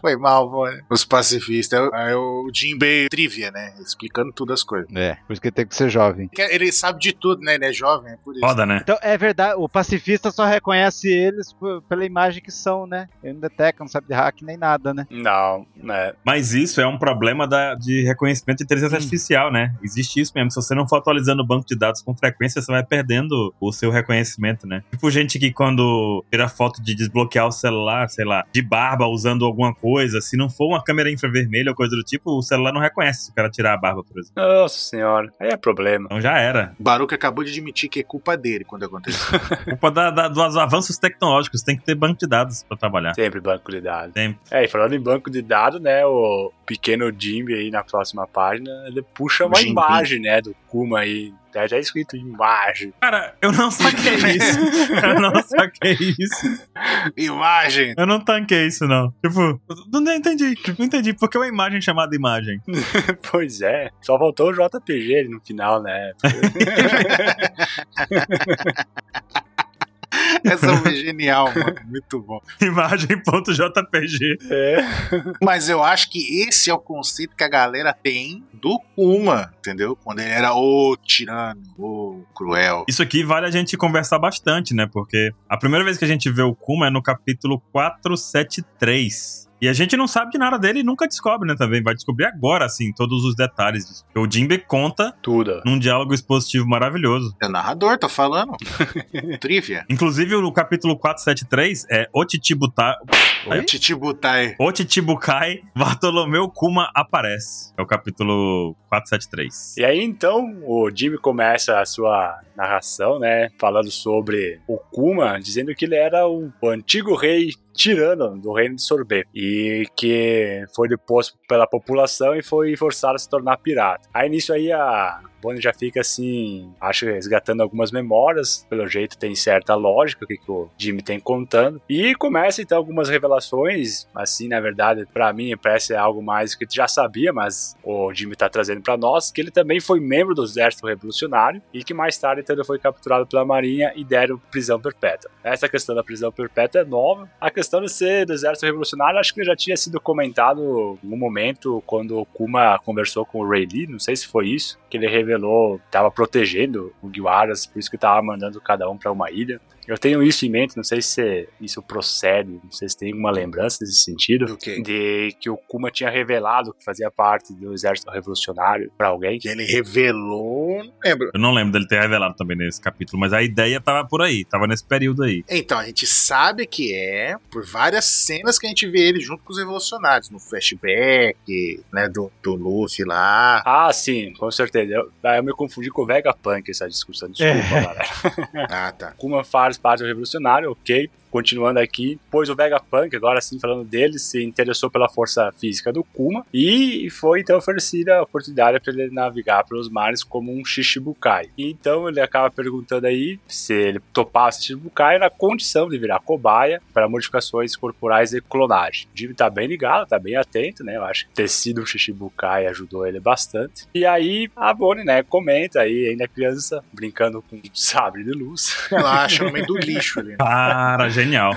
S3: Foi mal, mano. Os pacifistas. Aí o Jinbei trivia, né? Explicando tudo as coisas.
S2: É, por isso que ele tem que ser jovem.
S3: Porque Ele sabe de tudo, né? Ele é jovem, é por isso.
S1: Foda, né?
S2: Então, é verdade, o pacifista só reconhece eles p- pela imagem que são, né? Ele não detecta, não sabe de hack nem nada, né?
S4: Não, né?
S1: Mas isso é um problema da- de reconhecimento de inteligência
S2: Hum.
S1: artificial, né? Existe isso mesmo. Se você não for atualizando o banco de dados com frequência, você vai perdendo o seu reconhecimento, né? Tipo gente que quando tira foto de desbloquear o celular, sei lá, de barba usando alguma coisa, se não for uma câmera infravermelha ou coisa do tipo, o celular não reconhece se o cara tirar a barba, por exemplo.
S4: Nossa senhora. Aí é problema.
S1: Então já era.
S3: O Baruch acabou de admitir que é culpa dele quando aconteceu.
S1: Culpa da, da- dos avanços tecnológicos, tem que ter banco de dados pra trabalhar.
S4: Sempre banco de dados.
S1: Sempre.
S4: É, e falando em banco de dados, né? O pequeno Jimmy aí na próxima página, ele puxa uma
S3: Jimby.
S4: imagem, né? Do Kuma aí. Tá já escrito imagem.
S1: Cara, eu não saquei isso. Eu não saquei isso.
S3: Imagem!
S1: Eu não tanquei isso, não. Tipo, não não entendi. Não entendi. Por que uma imagem chamada imagem?
S4: pois é. Só faltou o JPG ali no final, né?
S3: Essa foi genial, mano. Muito bom.
S1: Imagem.jpg.
S4: É.
S3: Mas eu acho que esse é o conceito que a galera tem do Kuma, entendeu? Quando ele era o tirano, o cruel.
S1: Isso aqui vale a gente conversar bastante, né? Porque a primeira vez que a gente vê o Kuma é no capítulo 473. E a gente não sabe de nada dele e nunca descobre, né? Também vai descobrir agora, assim, todos os detalhes disso. Porque O Jimbe conta
S4: Tudo.
S1: num diálogo expositivo maravilhoso.
S3: É o narrador, tô falando. Trivia.
S1: Inclusive, o capítulo 473 é Otitibutai. Oi?
S3: Titibutai.
S1: Otitibukai, Bartolomeu Kuma aparece. É o capítulo 473.
S4: E aí então o Jimmy começa a sua narração, né? Falando sobre o Kuma, dizendo que ele era o antigo rei tirano do reino de Sorbet e que foi deposto pela população e foi forçado a se tornar pirata. Aí nisso aí a Bonnie já fica assim, acho que resgatando algumas memórias, pelo jeito tem certa lógica que, que o Jimmy tem contando. E começa então algumas revelações, assim, na verdade, pra mim parece algo mais que tu já sabia, mas o Jimmy tá trazendo pra nós, que ele também foi membro do exército revolucionário e que mais tarde então, ele foi capturado pela marinha e deram prisão perpétua. Essa questão da prisão perpétua é nova. A questão de ser do exército revolucionário, acho que já tinha sido comentado em um momento quando o Kuma conversou com o Ray Lee, não sei se foi isso, que ele revelou, estava protegendo o Guiaras, por isso que estava mandando cada um para uma ilha. Eu tenho isso em mente, não sei se isso procede, não sei se tem alguma lembrança desse sentido,
S3: Ok.
S4: de que o Kuma tinha revelado que fazia parte do exército revolucionário para alguém.
S3: Que ele revelou, não lembro.
S1: Eu não lembro dele ter revelado também nesse capítulo, mas a ideia tava por aí, tava nesse período aí.
S3: Então, a gente sabe que é por várias cenas que a gente vê ele junto com os revolucionários, no flashback, né, do, do Luffy lá.
S4: Ah, sim, com certeza. Eu, ah, eu me confundi com o Vegapunk essa discussão, desculpa,
S2: É.
S4: galera.
S3: Ah, tá.
S4: Kuma faz parte do revolucionário, ok. Continuando aqui, pois o Vegapunk, agora sim falando dele, se interessou pela força física do Kuma e foi então oferecida a oportunidade para ele navegar pelos mares como um Shichibukai. E, Então ele acaba perguntando aí se ele topasse Shichibukai na condição de virar cobaia para modificações corporais e clonagem. O Jimmy tá bem ligado, tá bem atento, né? Eu acho que ter sido um Shichibukai ajudou ele bastante. E aí a Bonnie, né, comenta aí, ainda criança, brincando com um sabre de luz.
S3: Ela acha no meio do lixo ali. né?
S1: Para, genial.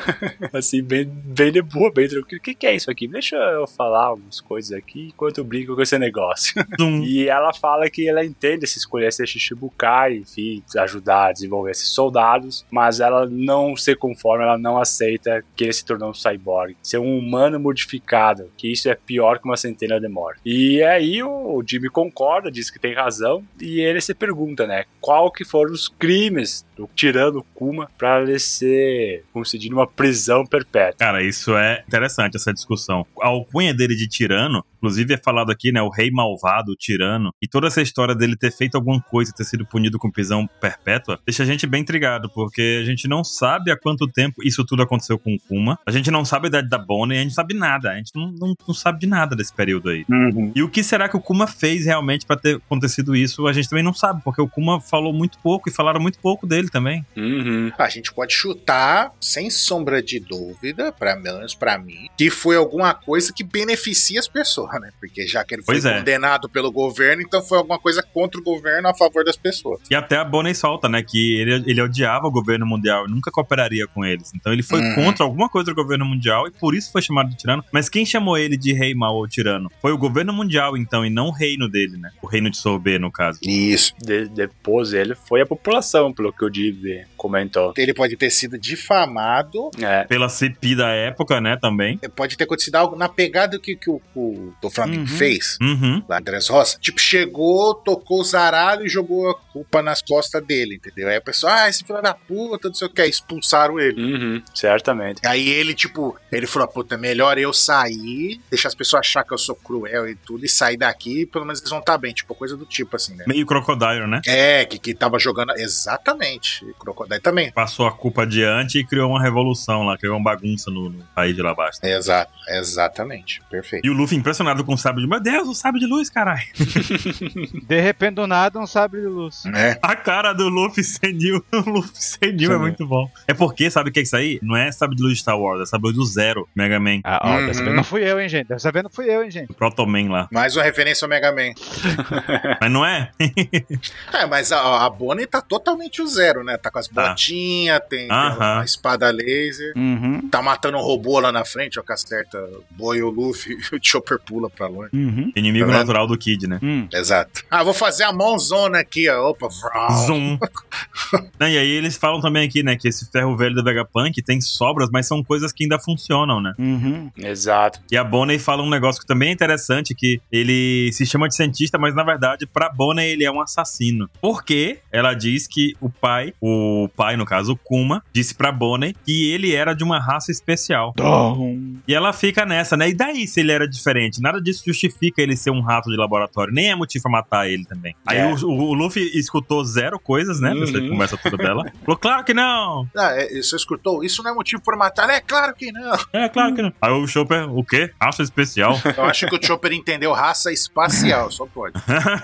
S4: assim, bem, bem de boa, bem tranquilo. O que, que é isso aqui? Deixa eu falar algumas coisas aqui enquanto eu brinco com esse negócio.
S1: Zum.
S4: e ela fala que ela entende se escolher ser Shichibukai, enfim, ajudar a desenvolver esses soldados, mas ela não se conforma, ela não aceita que ele se tornou um cyborg, ser um humano modificado, que isso é pior que uma centena de mortes. E aí o o Jimmy concorda, diz que tem razão, e ele se pergunta, né, qual que foram os crimes do tirando o Kuma para ele ser concedido uma prisão perpétua.
S1: Cara, isso é interessante, essa discussão. A alcunha dele de tirano, inclusive é falado aqui, né? O rei malvado, o tirano, e toda essa história dele ter feito alguma coisa, ter sido punido com prisão perpétua, deixa a gente bem intrigado, porque a gente não sabe há quanto tempo isso tudo aconteceu com o Kuma, a gente não sabe a idade da Bonnie, a gente não sabe nada, a gente não, não- não sabe de nada desse período aí. E o que será que o Kuma fez realmente pra ter acontecido isso, a gente também não sabe, porque o Kuma falou muito pouco e falaram muito pouco dele também.
S4: Uhum.
S3: A gente pode chutar, sem sombra de dúvida, pra pelo menos pra mim, que foi alguma coisa que beneficia as pessoas, né? Porque já que ele foi
S1: Pois é.
S3: condenado pelo governo, então foi alguma coisa contra o governo a favor das pessoas.
S1: E até a Bonnie solta, né? Que ele, ele odiava o governo mundial e nunca cooperaria com eles. Então ele foi
S3: Uhum.
S1: contra alguma coisa do governo mundial e por isso foi chamado de tirano. Mas quem chamou ele de rei mau ou tirano? Foi o governo mundial, então, e não o reino dele, né? O reino de Sorbet, no caso.
S3: Isso.
S4: De- depois ele foi a população, pelo que o Jimmy comentou.
S3: Ele pode ter sido difamado,
S4: É.
S1: Pela CP da época, né? Também.
S3: pode ter acontecido algo na pegada que, que o, o do Flamengo
S1: Uhum.
S3: fez.
S1: Uhum.
S3: Lá Andrés Roça. Tipo, chegou, tocou o zaralho e jogou a culpa nas costas dele, entendeu? Aí a pessoa, ah, esse filho da puta, não sei o que, expulsaram ele.
S4: Uhum, certamente.
S3: Aí ele, tipo, ele falou, puta, melhor eu sair, deixar as pessoas achar que eu sou cruel e tudo, e sair daqui, pelo menos eles vão estar bem, tipo, coisa do tipo, assim, né?
S1: Meio crocodile, né?
S3: É, que, que tava jogando, exatamente, e Crocodile também.
S1: Passou a culpa adiante e criou uma revolução lá, criou uma bagunça no, no país de lá abaixo.
S3: Exato, exatamente, perfeito.
S1: E o Luffy impressionado com o sábio de meu Deus, o sábio de luz, caralho.
S2: De repente, do nada, um sabre de luz.
S3: Né?
S1: A cara do Luffy senil, o Luffy senil é
S4: Sim.
S1: muito bom. É porque, sabe o que é isso aí? Não é sabe de luz de Star Wars, é sabe de luz do zero, Mega Man,
S2: Ah, ó,
S3: Uhum.
S2: dessa vez não fui eu, hein, gente. Dessa vez não fui eu, hein, gente.
S1: Proto Man lá.
S3: Mais uma referência ao Mega Man.
S1: Mas não é?
S3: É, mas a, a Bonnie tá totalmente o zero, né? Tá com as
S2: Ah.
S1: Tá.
S3: botinhas, tem, tem
S1: Aham.
S3: a espada laser,
S2: Uhum.
S3: tá matando um robô lá na frente, ó, que acerta o Boy e o Luffy, e o Chopper pula pra longe.
S2: Uhum.
S1: Inimigo
S3: Tá vendo?
S1: natural do Kid, né?
S3: Exato. Ah, vou fazer a mãozona aqui, ó. Opa, vrau.
S1: Zoom. Não, e aí eles falam também aqui, né, que esse ferro velho do Vegapunk tem sobras, mas são coisas que ainda funcionam, né?
S2: Uhum.
S4: Exato.
S1: E a Bonnie fala um negócio que também é interessante, que ele se chama de cientista, mas na verdade, pra Bonnie ele é um assassino. Porque ela diz que o pai, o pai, no caso, o Kuma, disse pra Bonnie que ele era de uma raça especial.
S2: Dom.
S1: E ela fica nessa, né? E daí se ele era diferente? nada disso justifica ele ser um rato de laboratório. Nem é motivo pra matar ele também. Aí
S4: É.
S1: o, o- o Luffy escutou zero coisas, né? Dessa
S4: Uhum.
S1: conversa toda dela. Falou, claro que não!
S3: Ah, é, você escutou? Isso não é motivo pra matar? É claro que não.
S1: É, claro
S4: Uhum.
S1: que não. Aí o Chopper, o quê? Raça especial.
S3: Eu acho que o Chopper entendeu raça espacial, só pode.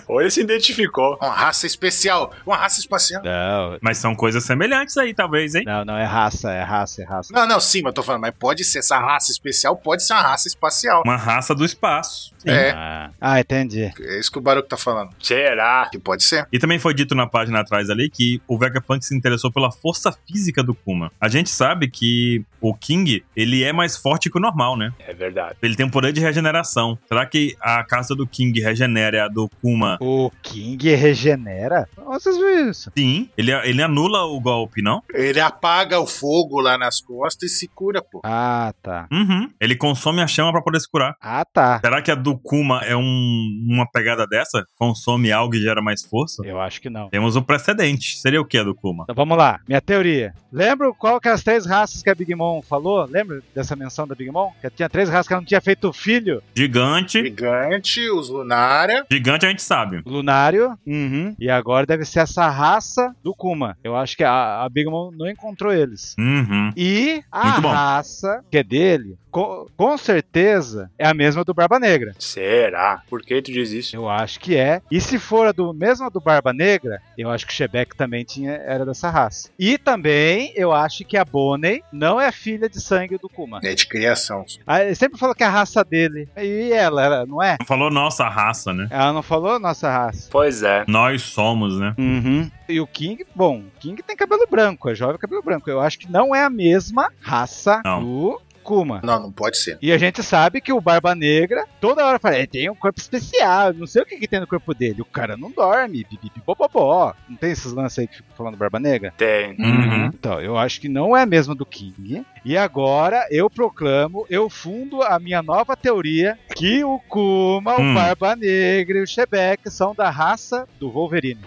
S4: Ou ele se identificou.
S3: Uma raça especial, uma raça espacial.
S2: Não,
S1: Mas são coisas semelhantes aí, talvez, hein?
S2: não, não, é raça, é raça, é raça.
S3: Não, não, sim, mas eu tô falando, mas pode ser essa raça especial, pode ser uma raça espacial.
S1: Uma raça do espaço. Sim.
S3: É.
S2: Ah, ah, entendi.
S3: É isso que o Baruco tá falando.
S4: Será?
S3: Que pode ser.
S1: E também foi dito na página atrás ali que o Vegapunk se interessou pela força física do Kuma. A gente sabe que o King, ele é mais forte que o normal, né?
S4: É verdade.
S1: Ele tem um poder de regeneração. Será que a casa do King regenera a do Kuma?
S2: O King regenera? Onde vocês viram isso?
S1: Sim. Ele, ele anula o golpe, não?
S3: Ele apaga o fogo lá nas costas e se cura, pô.
S2: Ah, tá.
S1: Uhum. Ele consome a chama pra poder se curar.
S2: Ah, tá.
S1: Será que a do Kuma é um- uma pegada dessa? Consome algo e gera mais força?
S2: Eu acho que não.
S1: Temos o precedente. Seria o que a do Kuma?
S2: Então vamos lá, minha teoria. Lembra qual que é as três raças que a Big Mom falou? Lembra dessa menção da Big Mom? Que tinha três raças que ela não tinha feito filho.
S1: Gigante.
S3: Gigante, os Lunária.
S1: Gigante a gente sabe.
S2: Lunário.
S1: Uhum.
S2: E agora deve ser essa raça do Kuma. Eu acho que a, a Big Mom não encontrou eles.
S1: Uhum.
S2: E a
S1: Muito bom.
S2: raça que é dele, co- com certeza, é a mesma do Barba Negra.
S4: Será? Por que tu diz isso?
S2: Eu acho que é. E se for a do mesmo a do Barba Negra, eu acho que o Shebeck também tinha, era dessa raça. E também eu acho que a Bonnie não é filha de sangue do Kuma.
S3: É de criação.
S2: Ah, Ele sempre falou que é a raça dele. E ela, ela não é?
S1: Não falou nossa raça, né?
S2: Ela não falou nossa raça.
S4: Pois é.
S1: Nós somos, né?
S2: Uhum. E o King, bom, o King tem cabelo branco, é jovem cabelo branco. Eu acho que não é a mesma raça
S1: Não.
S2: do Kuma.
S3: Não, não pode ser.
S2: E a gente sabe que o Barba Negra toda hora fala, "É, tem um corpo especial, não sei o que, que tem no corpo dele. O cara não dorme, pipipipopopó. Não tem esses lances aí que ficam falando Barba Negra?
S4: Tem.
S1: Uhum.
S2: Então, eu acho que não é a mesma do King. E agora eu proclamo, eu fundo a minha nova teoria que o Kuma,
S1: Hum.
S2: o Barba Negra e o Shebeck são da raça do Wolverine.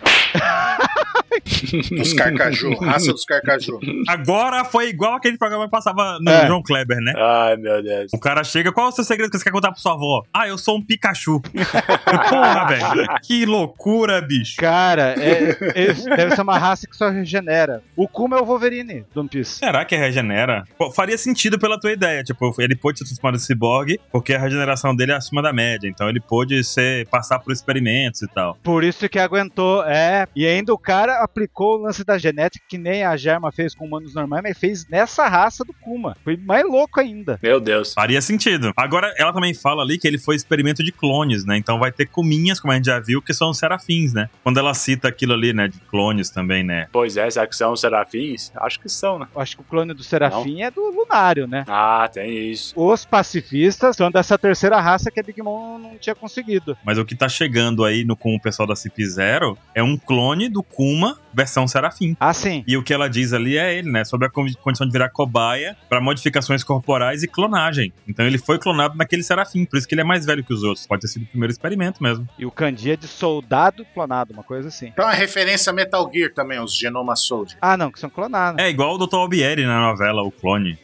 S3: Dos Carcaju, raça dos Carcaju.
S1: Agora foi igual aquele programa que passava no
S2: É.
S1: João Kleber, né?
S4: Ai, meu Deus.
S1: O cara chega, qual é o seu segredo que você quer contar pra sua avó? Ah, eu sou um Pikachu. Porra, velho. Que loucura, bicho.
S2: Cara, é- é- deve ser uma raça que só regenera. O Kuma é o Wolverine do One Piece.
S1: Será que regenera? Pô, faria sentido pela tua ideia. Tipo, ele pôde se transformar em ciborgue porque a regeneração dele é acima da média. Então ele pôde ser, passar por experimentos e tal.
S2: Por isso que aguentou, é. E ainda o cara aplicou o lance da genética que nem a Germa fez com humanos normais, mas fez nessa raça do Kuma. Foi mais louco ainda.
S4: Meu Deus.
S1: Faria sentido. Agora, ela também fala ali que ele foi experimento de clones, né? Então vai ter cominhas, como a gente já viu, que são serafins, né? Quando ela cita aquilo ali, né? De clones também, né?
S4: Pois é, será que são os serafins? Acho que são, né?
S2: Acho que o clone do Serafim é do Lunário, né?
S4: Ah, tem isso.
S2: os pacifistas são dessa terceira raça que a Big Mom não tinha conseguido.
S1: Mas o que tá chegando aí no, com o pessoal da Cip Zero é um clone do Kuma versão Serafim.
S2: Ah, sim.
S1: E o que ela diz ali é ele, né? Sobre a con- condição de virar cobaia pra modificações corporais e clonagem. Então ele foi clonado naquele serafim, por isso que ele é mais velho que os outros. Pode ter sido o primeiro experimento mesmo.
S2: E o Kandi é de soldado clonado, uma coisa assim.
S3: Então é uma referência a Metal Gear também, os Genoma Soldier.
S2: Ah, não, que são clonados.
S1: É igual o Dr. Albieri na novela, o clone.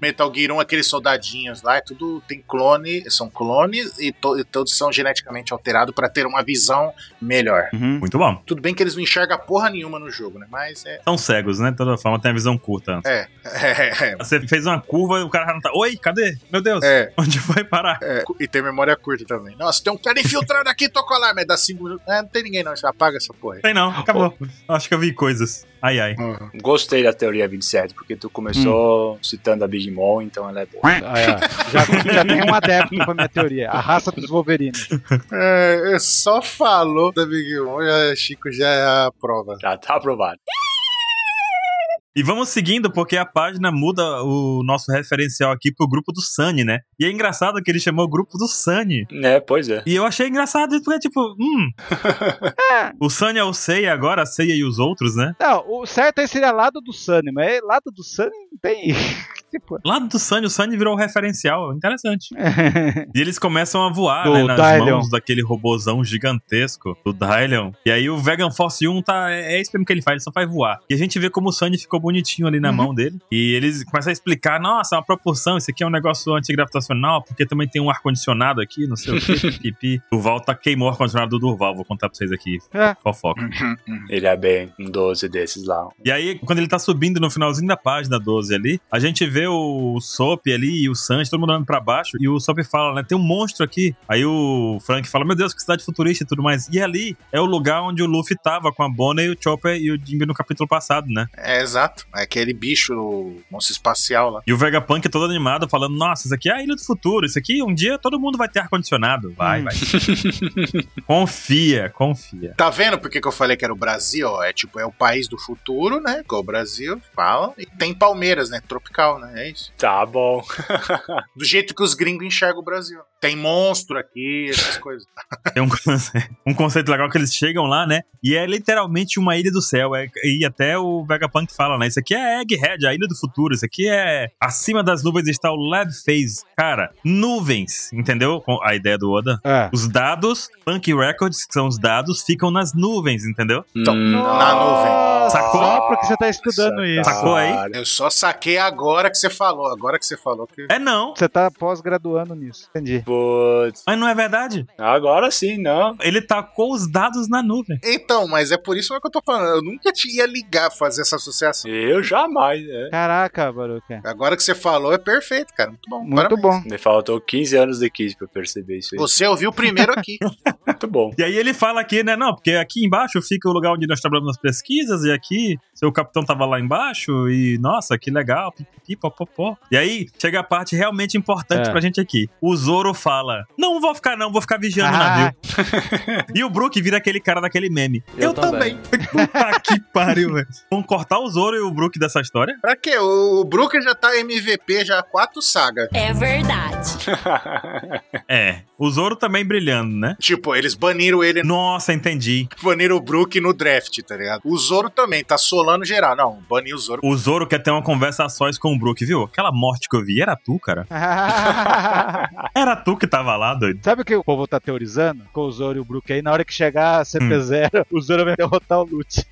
S3: Metal Gear 1, aqueles soldadinhos lá, é tudo tem clone, são clones e, to- e todos são geneticamente alterados pra ter uma visão melhor.
S2: Uhum.
S1: Muito bom.
S3: Tudo bem que eles não enxergam porra nenhuma no jogo, né? Mas é.
S1: São cegos, né? De toda forma, tem a visão curta.
S3: É. É.
S1: Você fez uma curva e o cara não tá. Oi, cadê? Meu Deus,
S3: é,
S1: onde foi parar?
S3: é. E tem memória curta também. Nossa, tem um cara infiltrado aqui, tocou lá, mas dá cinco minutos. É, não tem ninguém não, você apaga essa porra aí.
S1: Tem não, acabou. Acho que eu vi coisas. Ai, ai.
S3: Uhum.
S4: Gostei da teoria 27, porque tu começou citando a Big Mom, então ela é boa.
S2: Ah, é. já, já tem um adepto pra minha teoria. A raça dos Wolverine.
S3: É, só falou da Big Mom e Chico já é a prova.
S4: Já tá aprovado.
S1: E vamos seguindo, porque a página muda o nosso referencial aqui pro grupo do Sunny, né? E é engraçado que ele chamou o grupo do Sunny.
S4: É, pois é.
S1: E eu achei engraçado, porque, tipo, hum. o Sunny é o Seiya agora, a Seiya e os outros, né?
S2: Não, o certo aí seria lado do Sunny, mas lado do Sunny não tem. tipo.
S1: Lá do Sunny, o Sunny virou o referencial. Interessante. E eles começam a voar,
S2: Do
S1: né? Nas
S2: Dylion.
S1: mãos daquele robozão um gigantesco, do Dylion. E aí o Vegan Force 1 tá. É é isso mesmo que ele faz, ele só faz voar. E a gente vê como o Sunny ficou bonitinho ali na
S2: Uhum.
S1: mão dele. E eles começam a explicar: nossa, uma proporção, isso aqui é um negócio antigravitacional, porque também tem um ar-condicionado aqui, não sei o quê. pipi. Durval tá queimou o ar-condicionado do Durval, vou contar pra vocês aqui.
S2: É.
S1: Fofoca.
S4: Ele é bem um 12 desses lá.
S1: E aí, quando ele tá subindo no finalzinho da página 12 ali, a gente vê o Sop ali e o Sanji, todo mundo olhando pra baixo, e o Sop fala, né, tem um monstro aqui. Aí o Frank fala, meu Deus, que cidade futurista e tudo mais. E ali é o lugar onde o Luffy tava com a Bonnie, o Chopper e o Jinbe no capítulo passado, né?
S3: É, exato. É aquele bicho, monstro espacial lá.
S1: E o Vegapunk todo animado, falando, nossa, isso aqui é a ilha do futuro, isso aqui um dia todo mundo vai ter ar-condicionado. Vai,
S2: Hum.
S1: vai. confia, confia.
S3: Tá vendo por que que eu falei que era o Brasil? ó? É tipo, é o país do futuro, né? Igual o Brasil, falam. E tem Palmeiras, né? Tropical, né? É isso.
S4: Tá bom.
S3: Do jeito que os gringos enxergam o Brasil. Tem monstro aqui, essas coisas.
S1: Tem um, conce- um conceito legal que eles chegam lá, né? E é literalmente uma ilha do céu. É- e até o Vegapunk fala, né? Isso aqui é Egghead, a ilha do futuro. Isso aqui é. Acima das nuvens está o Lab Phase. Cara, nuvens, entendeu? Com A ideia do Oda.
S2: É.
S1: Os dados, Punk Records, que são os dados, ficam nas nuvens, entendeu?
S3: Então, na
S2: Nossa,
S1: Sacou?
S2: Só porque você tá estudando
S4: Nossa,
S2: isso.
S1: Sacou aí?
S4: cara.
S3: Eu só saquei agora que você falou. Agora que você falou que.
S1: É não,
S2: Você tá pós-graduando nisso. Entendi.
S4: Putz.
S1: mas não é verdade.
S4: Agora sim, não.
S1: Ele tacou os dados na nuvem.
S3: Então, mas é por isso que eu tô falando. Eu nunca te ia ligar fazer essa associação.
S4: Eu jamais, né?
S2: Caraca, Baruca.
S3: Agora que você falou, é perfeito, cara. Muito bom.
S2: Muito
S1: é
S3: Parabéns.
S2: bom.
S4: Me faltou 15 anos de 15 pra eu perceber isso aí.
S3: Você ouviu primeiro aqui.
S4: Muito bom.
S1: E aí ele fala aqui, né? Não, porque aqui embaixo fica o lugar onde nós trabalhamos nas pesquisas, e aqui seu capitão tava lá embaixo, e nossa, que legal, pipipi, popopó. E aí chega a parte realmente importante
S2: É.
S1: pra gente aqui. O Zoro fala: Não vou ficar, não, vou ficar vigiando o
S2: Ah.
S1: navio. e o Brook vira aquele cara daquele meme.
S5: Eu
S1: Puta que pariu, velho. Vamos cortar o Zoro e o Brook dessa história?
S3: pra quê? O, o Brooker já tá MVP, já há quatro sagas.
S6: É verdade.
S1: É. O Zoro também brilhando, né?
S3: Tipo, eles baniram ele,
S1: Nossa, entendi.
S3: baniram o Brook no draft, tá ligado? O Zoro também, tá solando geral. Não, banir o Zoro.
S1: O Zoro quer ter uma conversa a sós com o Brook, viu? Aquela morte que eu vi, era tu, cara. Era tu que tava lá, doido.
S2: Sabe o que o povo tá teorizando? Com o Zoro e o Brook aí, na hora que chegar a CP0, o Zoro vai derrotar o Lute.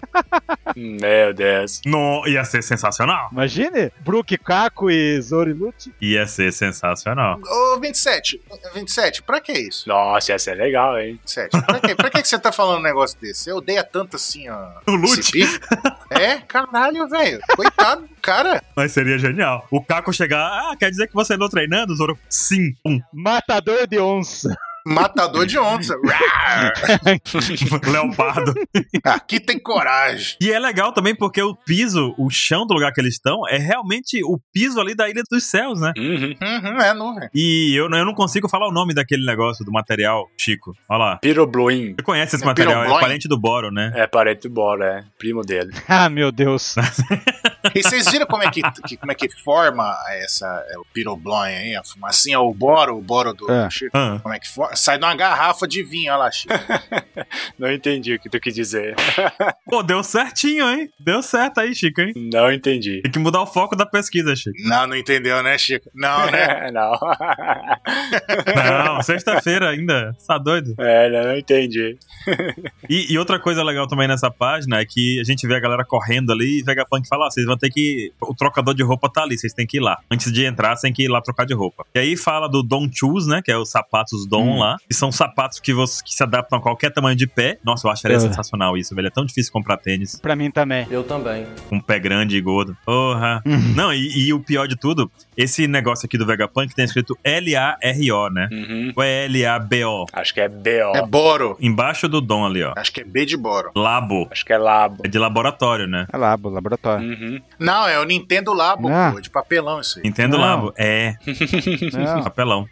S4: Meu Deus.
S1: No, ia ser sensacional.
S2: Imagine? Brook, Caco e Zoro e Lute.
S1: Ia ser sensacional.
S3: Ô, 27, 27, pra que isso?
S4: Nossa, essa é legal, hein?
S3: 27, pra, que, pra que que você tá falando um negócio desse? Você odeia tanto assim, ó.
S1: O
S3: esse
S1: Lute,
S3: bicho? É, caralho, velho. Coitado, do cara.
S1: mas seria genial. O Caco chegar, ah, quer dizer que você andou treinando, Zoro? Sim. Pum.
S2: Matador de onça.
S3: Matador de onça. Rar!
S1: Leopardo.
S3: Aqui tem coragem.
S1: E é legal também porque o piso, o chão do lugar que eles estão, é realmente o piso ali da Ilha dos Céus, né?
S4: Uhum.
S3: Uhum, é nuvem.
S1: E eu, não- eu não consigo falar o nome daquele negócio, do material, Chico. Olha lá.
S4: Pirobluim.
S1: Você conhece esse
S3: É
S1: material, é
S3: pirobloin?
S1: parente do Boro, né?
S4: É parente do Boro, é. Primo dele.
S2: Ah, meu Deus.
S3: E vocês viram como é que, que- como é que forma essa é, o piroblon aí, a fumacinha, o boro, o boro do
S2: É.
S3: Chico?
S1: Ah.
S3: Como é que forma? Sai de uma garrafa de vinho, olha lá, Chico.
S4: Não entendi o que tu quis dizer.
S1: Pô, deu certinho, hein? Deu certo aí, Chico, hein?
S4: Não entendi.
S1: Tem que mudar o foco da pesquisa, Chico.
S3: Não, não entendeu, né, Chico? Não, né?
S4: não.
S1: Não, sexta-feira ainda. Tá doido?
S4: É, não, não entendi.
S1: E, e outra coisa legal também nessa página é que a gente vê a galera correndo ali e Vegapunk fala: ah, vocês vão ter que. O trocador de roupa tá ali, vocês têm que ir lá. Antes de entrar, vocês têm que ir lá trocar de roupa. E aí fala do Don Shoes, né? Que é os sapatos Don lá. Que são sapatos que, você, que se adaptam a qualquer tamanho de pé. Nossa, eu acharia
S2: É.
S1: sensacional isso, velho. É tão difícil comprar tênis
S2: Pra mim também.
S5: Eu também.
S1: com pé grande e gordo. Porra. Não, e, e o pior de tudo, esse negócio aqui do Vegapunk tem escrito L-A-R-O, né?
S4: Uhum.
S1: Ou é L-A-B-O?
S4: Acho que é B.O.
S3: É boro.
S1: Embaixo do Don ali, ó.
S3: Acho que é B de boro.
S1: Labo.
S4: Acho que é Labo.
S1: É de laboratório, né?
S2: É lá, o laboratório.
S4: Uhum.
S3: Não, é o Nintendo Labo,
S2: Ah.
S3: pô, de papelão isso aí.
S1: Nintendo
S2: Não.
S1: Labo. É,
S2: Não.
S1: papelão.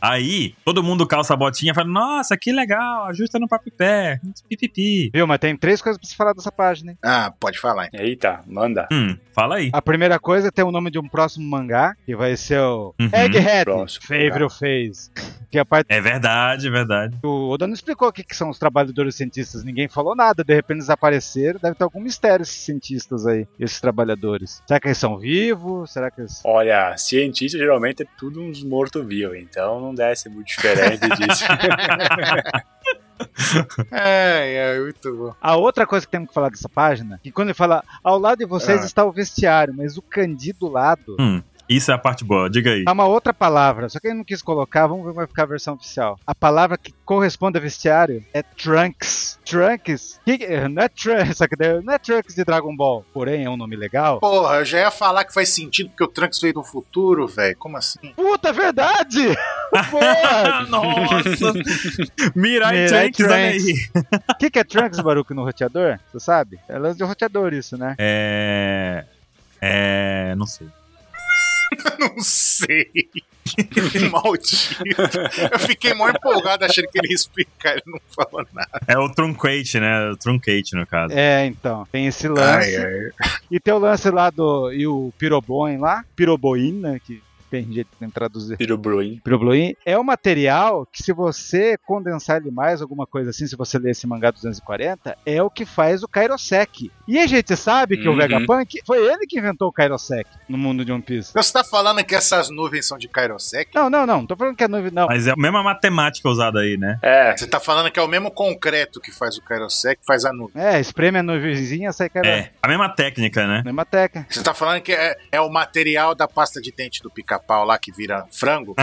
S1: Aí, todo mundo calça a botinha e fala: Nossa, que legal, ajusta no papipé. Pipipi.
S2: Viu, mas tem três coisas pra se falar dessa página, hein?
S3: Ah, pode falar. hein?
S4: Eita, manda.
S1: Hum, fala aí.
S2: A primeira coisa é ter o nome de um próximo mangá, que vai ser o
S1: Uhum.
S3: É,
S2: Egghead
S4: Próximo.
S2: Favorite Phase. Que a parte
S1: É verdade, é verdade.
S2: O Oda não explicou o que, que são os trabalhadores cientistas, ninguém falou nada, de repente eles apareceram, deve ter algum mistério esses cientistas aí, esses trabalhadores. Será que eles são vivos? Será que eles.
S4: Olha, cientista geralmente é tudo uns morto-vivo, então não deve ser muito diferente disso.
S3: É, é, muito bom.
S2: A outra coisa que temos que falar dessa página, que quando ele fala, ao lado de vocês
S3: Ah.
S2: está o vestiário, mas o candido lado
S1: Hum, isso é a parte boa, diga aí.
S2: é uma outra palavra, só que ele não quis colocar, vamos ver como vai ficar a versão oficial. A palavra que corresponde a vestiário é trunks. Trunks? Que, que- não é trunks, só que daí- não é trunks de Dragon Ball, porém é um nome legal.
S3: Porra, eu já ia falar que faz sentido porque o Trunks veio do futuro, velho. Como assim?
S2: Puta, é verdade! Boa!
S1: Nossa! Mirai
S2: Mirai
S1: Tanks, olha
S2: Trunks.
S1: aí.
S2: O que, que é trunks, Baruco, no roteador? Você sabe? É lance de roteador isso, né?
S1: É. É. Não sei.
S3: Não sei. Maldito. Eu fiquei mó empolgado achando que ele ia explicar, ele não falou nada.
S1: É o Truncate, né? O Truncate, no caso.
S2: É, então, tem esse
S3: Ai,
S2: lance.
S3: ai.
S2: E tem o lance lá do. E o Piroboin lá, Piroboina, que tem jeito de traduzir.
S4: Piro Bruin.
S2: Pirobloin é um material que, se você condensar ele mais, alguma coisa assim, se você ler esse mangá 240, é o que faz o Kairosek. E a gente sabe que o
S4: Uhum.
S2: Vegapunk foi ele que inventou o Kairosek no mundo de One Piece.
S3: Então você tá falando que essas nuvens são de Kairosek?
S2: Não, não, não, não tô falando que é nuvem, não.
S1: Mas é a mesma matemática usada aí, né?
S4: É,
S3: Você tá falando que é o mesmo concreto que faz o Kairosek, que faz a nuvem.
S2: É, espreme a nuvenzinha, sai Kairosek.
S1: É. A mesma técnica, né?
S2: É. Nemateca.
S3: Você tá falando que é, é o material da pasta de dente do pica-pau lá que vira frango?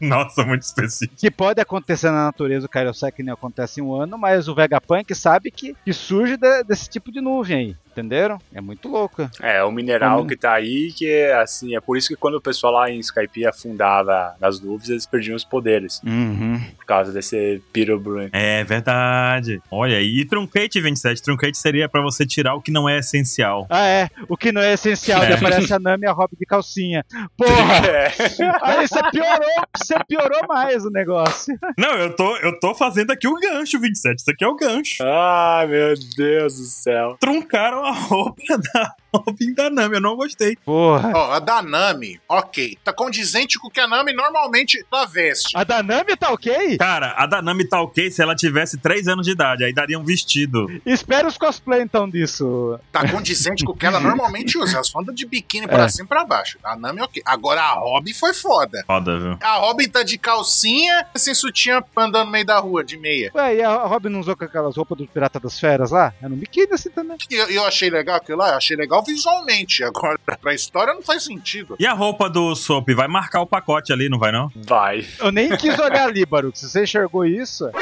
S1: Nossa, muito específico.
S2: Que pode acontecer na natureza, o Kairosek nem acontece em um ano, mas o Vegapunk sabe que, que surge de- desse tipo de nuvem aí, entenderam? É muito louco.
S4: é um mineral
S2: Uhum.
S4: que tá aí que é assim, é por isso que quando o pessoal lá em Skype afundava nas nuvens, eles perdiam os poderes
S2: Uhum.
S4: por causa desse Piro Bruin.
S1: É verdade. Olha aí. E Truncate 27. Truncate seria pra você tirar o que não é essencial.
S2: Ah, é. O que não é essencial,
S1: É.
S2: que aparece a Nami e a Robin de calcinha. Porra!
S4: É.
S2: Aí você piorou, você piorou mais o negócio.
S1: Não, eu tô, eu tô fazendo aqui o gancho, 27. Isso aqui é o gancho.
S4: Ai, meu Deus do céu.
S1: Truncaram a roupa da Robin da Nami. Eu não gostei.
S2: Porra.
S3: Ó, a da Nami, ok. Tá condizente com o que a Nami normalmente ela veste.
S2: A da Nami tá ok?
S1: Cara, a da Nami tá ok se ela tivesse 3 anos de idade. Aí daria um vestido.
S2: Espera os cosplay então disso.
S3: Tá condizente com o que ela normalmente usa. As ondas de biquíni pra
S2: É.
S3: cima e pra baixo. A Nami, ok. Agora a Robin foi foda.
S1: Foda, viu?
S3: A Robin tá de calcinha, sem sutiã, andando no meio da rua, de meia.
S2: Ué, e a Robin não usou com aquelas roupas do Pirata das Feras lá? Era um biquíni assim também.
S3: E Eu, eu achei legal aquilo lá, eu achei legal visualmente. Agora, pra história não faz sentido.
S1: E a roupa do Soap vai marcar o pacote ali, não vai não?
S4: Vai.
S2: Eu nem quis olhar ali, Baruco. Se você enxergou isso,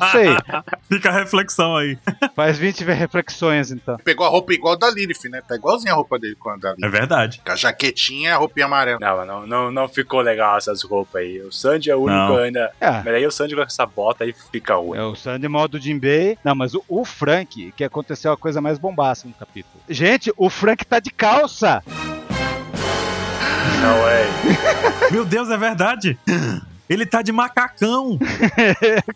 S2: não sei.
S1: Fica a reflexão aí.
S2: Faz 20 reflexões então.
S3: Pegou a roupa igual da Lilith, né? Tá igualzinha a roupa dele com a da Lilith.
S1: É verdade.
S3: Com A jaquetinha, a roupinha amarela.
S4: Não, mas não, não, não ficou legal essas roupas aí. O Sandy é o único
S1: Não.
S4: ainda.
S2: É.
S4: Mas aí o Sandy com essa bota aí fica ruim.
S2: É o Sandy mal do Jinbei. Não, mas o, o Frank, que aconteceu a coisa mais bombástica no capítulo. Gente, o Frank tá de calça.
S4: Não é.
S1: Meu Deus, é verdade. Ele tá de macacão.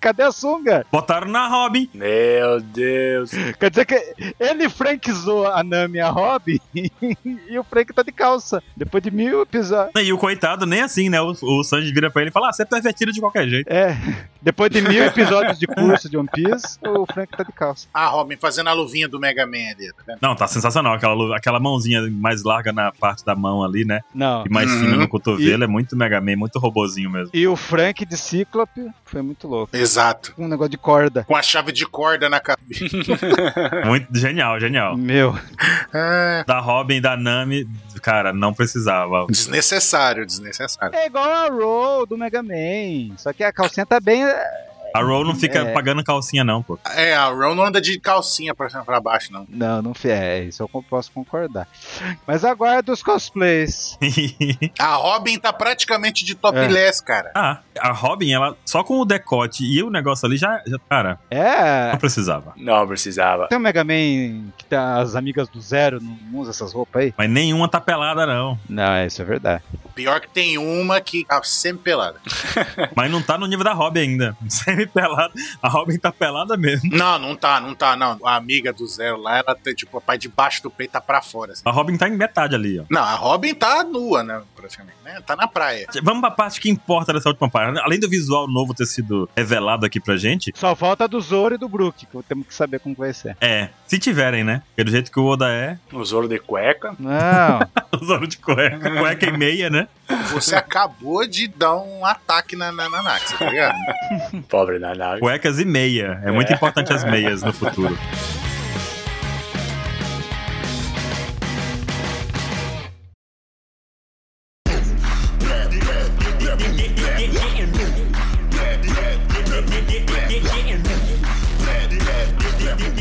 S2: Cadê a sunga?
S1: Botaram na Robin.
S4: Meu Deus.
S2: Quer dizer que ele frankizou a Nami e a Robin e o Frank tá de calça. Depois de mil episódios.
S1: E o coitado, nem assim, né? O, o Sanji vira pra ele e fala: Ah, você é pervertido de qualquer jeito.
S2: É, depois de mil episódios de curso de One Piece, o Frank tá de calça.
S3: A Robin fazendo a luvinha do Mega Man ali, tá vendo?
S1: Não, tá sensacional. Aquela, lu- aquela mãozinha mais larga na parte da mão ali, né?
S2: Não.
S1: E mais
S3: Uhum.
S1: fina no cotovelo. É muito Mega Man, muito robozinho mesmo.
S2: E o Frank de Cíclope foi muito louco.
S3: Exato.
S2: Um negócio de corda.
S3: Com a chave de corda na cabeça.
S1: Muito genial, genial.
S2: Meu.
S3: Ah,
S1: Da Robin, da Nami, cara, não precisava.
S3: desnecessário, desnecessário.
S2: É igual a Roll do Mega Man. Só que a calcinha tá bem
S1: A Roll não fica
S2: É.
S1: pagando calcinha, não, pô.
S3: É, a Ron não anda de calcinha pra cima e pra baixo, não.
S2: Não, não fui. É, isso eu co- posso concordar. Mas aguardo os cosplays.
S3: A Robin tá praticamente de topless, cara.
S1: ah, a Robin, ela só com o decote e o negócio ali já. já- cara,
S2: É.
S1: não precisava.
S4: Não precisava.
S2: Tem o Mega Man que tá as amigas do zero, não usa essas roupas aí?
S1: Mas nenhuma tá pelada, não.
S2: Não, é, isso é verdade.
S3: Pior que tem uma que tá sempre pelada.
S1: Mas não tá no nível da Robin ainda. Semi-pelada. A Robin tá pelada mesmo.
S3: Não, não tá, não tá, não. A amiga do Zero lá, ela tem, tipo, a parte de baixo do peito tá pra fora, assim.
S1: A Robin tá em metade ali, ó.
S3: Não, a Robin tá nua, né, praticamente, né? Tá na praia.
S1: Vamos pra parte que importa dessa última página. né? Além do visual novo ter sido revelado aqui pra gente,
S2: Só falta a do Zoro e do Brook, que temos que saber como vai ser.
S1: é. Se tiverem, né? Porque do jeito que o Oda é,
S4: O Zoro Um de cueca.
S2: Não.
S1: usando de cueca, cueca e meia, né?
S3: Você acabou de dar um ataque na, na, na Naxa, tá ligado?
S4: Pobre Naná.
S1: Cuecas e meia. É muito importante as meias no futuro.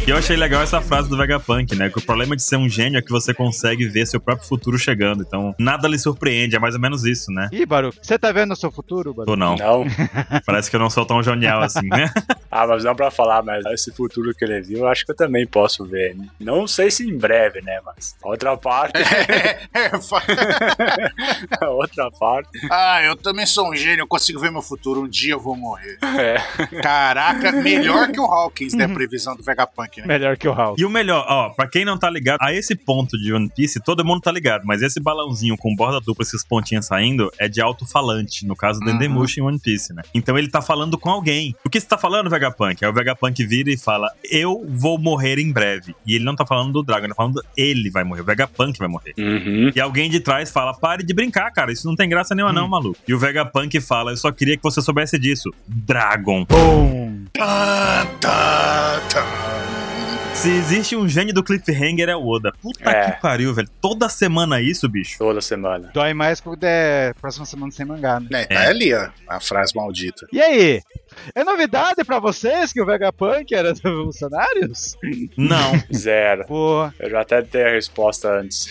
S1: E eu achei legal essa frase do Vegapunk, né? Que o problema de ser um gênio é que você consegue ver seu próprio futuro chegando. Então, nada lhe surpreende, é mais ou menos isso, né?
S2: Ih, Baruch, você tá vendo o seu futuro, Baruch?
S1: Ou não.
S4: Não.
S1: Parece que eu não sou tão genial assim, né?
S4: Ah, mas não pra falar, mas esse futuro que ele viu, eu acho que eu também posso ver. Não sei se em breve, né? Mas a outra parte,
S3: É, fa-
S4: a outra parte.
S3: ah, eu também sou um gênio, eu consigo ver meu futuro. Um dia eu vou morrer.
S4: É.
S3: Caraca, melhor que o Hawkins, né? A previsão do Vegapunk, né?
S2: Melhor que o House.
S1: E o melhor, ó, pra quem não tá ligado, a esse ponto de One Piece, todo mundo tá ligado, mas esse balãozinho com borda dupla, esses pontinhos saindo, é de alto-falante, no caso do
S3: Uhum.
S1: Endemush em One Piece, né? Então ele tá falando com alguém. O que você tá falando, Vegapunk? Aí o Vegapunk vira e fala, eu vou morrer em breve. E ele não tá falando do Dragon, ele tá falando, ele vai morrer, o Vegapunk vai morrer.
S4: Uhum.
S1: E alguém de trás fala, pare de brincar, cara, isso não tem graça nenhuma não, maluco. E o Vegapunk fala, eu só queria que você soubesse disso. Dragon.
S3: Tá, tá, tá.
S1: Se existe um gênio do cliffhanger é o Oda. Puta
S4: É.
S1: que pariu, velho. Toda semana é isso, bicho.
S4: Toda semana.
S2: Dói mais quando é próxima semana sem mangá, né?
S3: Né,
S4: É.
S3: tá ali, ó, a frase maldita.
S2: E aí? É novidade pra vocês que o Vegapunk era dos revolucionários?
S1: Não.
S4: Zero.
S2: Pô,
S4: Eu já até dei a resposta antes.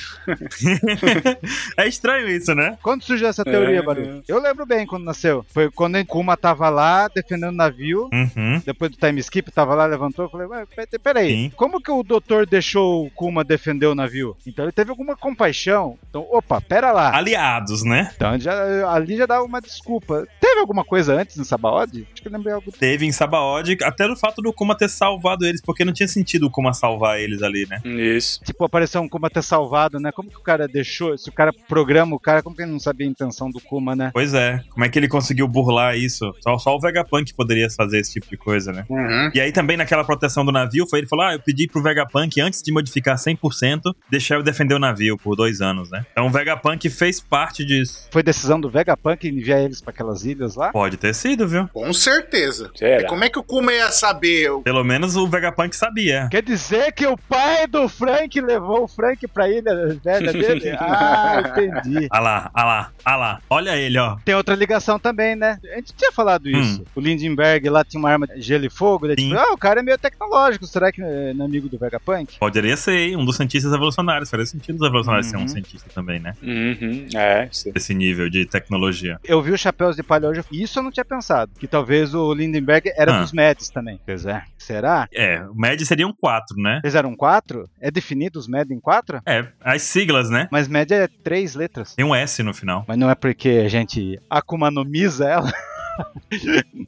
S1: é estranho isso, né?
S2: quando surgiu essa teoria,
S4: É.
S2: Baru? Eu lembro bem quando nasceu. Foi quando a Kuma tava lá defendendo o navio.
S1: Uhum.
S2: Depois do time skip, tava lá, levantou. Eu falei, ué, pe- peraí,
S1: Sim.
S2: como que o doutor deixou o Kuma defender o navio? Então ele teve alguma compaixão. Então, opa, pera
S1: Ah.
S2: lá.
S1: Aliados, né?
S2: Então já, ali já dá uma desculpa. Teve alguma coisa antes no Sabaody? Acho que eu lembrei algo.
S1: Teve em Sabaody, até no fato do Kuma ter salvado eles, porque não tinha sentido o Kuma salvar eles ali, né?
S4: Isso.
S2: Tipo, apareceu um Kuma ter salvado, né? Como que o cara deixou? Se o cara programa o cara, como que ele não sabia a intenção do Kuma, né?
S1: Pois é, como é que ele conseguiu burlar isso? Só, só o Vegapunk poderia fazer esse tipo de coisa, né?
S3: Uhum.
S1: E aí também naquela proteção do navio, foi ele falou: Ah, eu pedi pro Vegapunk, antes de modificar 100%, deixar eu defender o navio por dois anos, né? Então o Vegapunk fez parte disso.
S2: Foi decisão do Vegapunk enviar eles pra aquelas ilhas lá?
S1: Pode ter sido, viu?
S3: Com certeza.
S4: Será?
S3: Como é que o Kuma ia saber?
S1: Pelo menos o Vegapunk sabia.
S2: Quer dizer que o pai do Frank levou o Frank pra ilha velha dele? ah, entendi.
S1: Ah lá, ah lá, ah lá. Olha ele, ó.
S2: Tem outra ligação também, né? A gente tinha falado isso. O Lindenberg lá tinha uma arma de gelo e fogo. Daí,
S1: Hum. Sim.
S2: tipo, ah, o cara é meio tecnológico. Será que é inimigo do Vegapunk?
S1: Poderia ser, hein? Um dos cientistas evolucionários. Faria sentido os evolucionários
S2: Uhum.
S1: ser um cientista também, né?
S4: Uhum. É, sim.
S1: Esse nível de tecnologia.
S2: Eu vi os chapéus de palha hoje. e Isso eu não tinha pensado. Que talvez o Lindenberg era
S1: Ah.
S2: dos Meds também. Pois é. Será?
S1: É, o MED seriam quatro, né?
S2: Eles eram quatro? É definido os Med em quatro?
S1: É, as siglas, né?
S2: Mas Med é três letras.
S1: Tem um S no final.
S2: Mas não é porque a gente akumanomiza ela.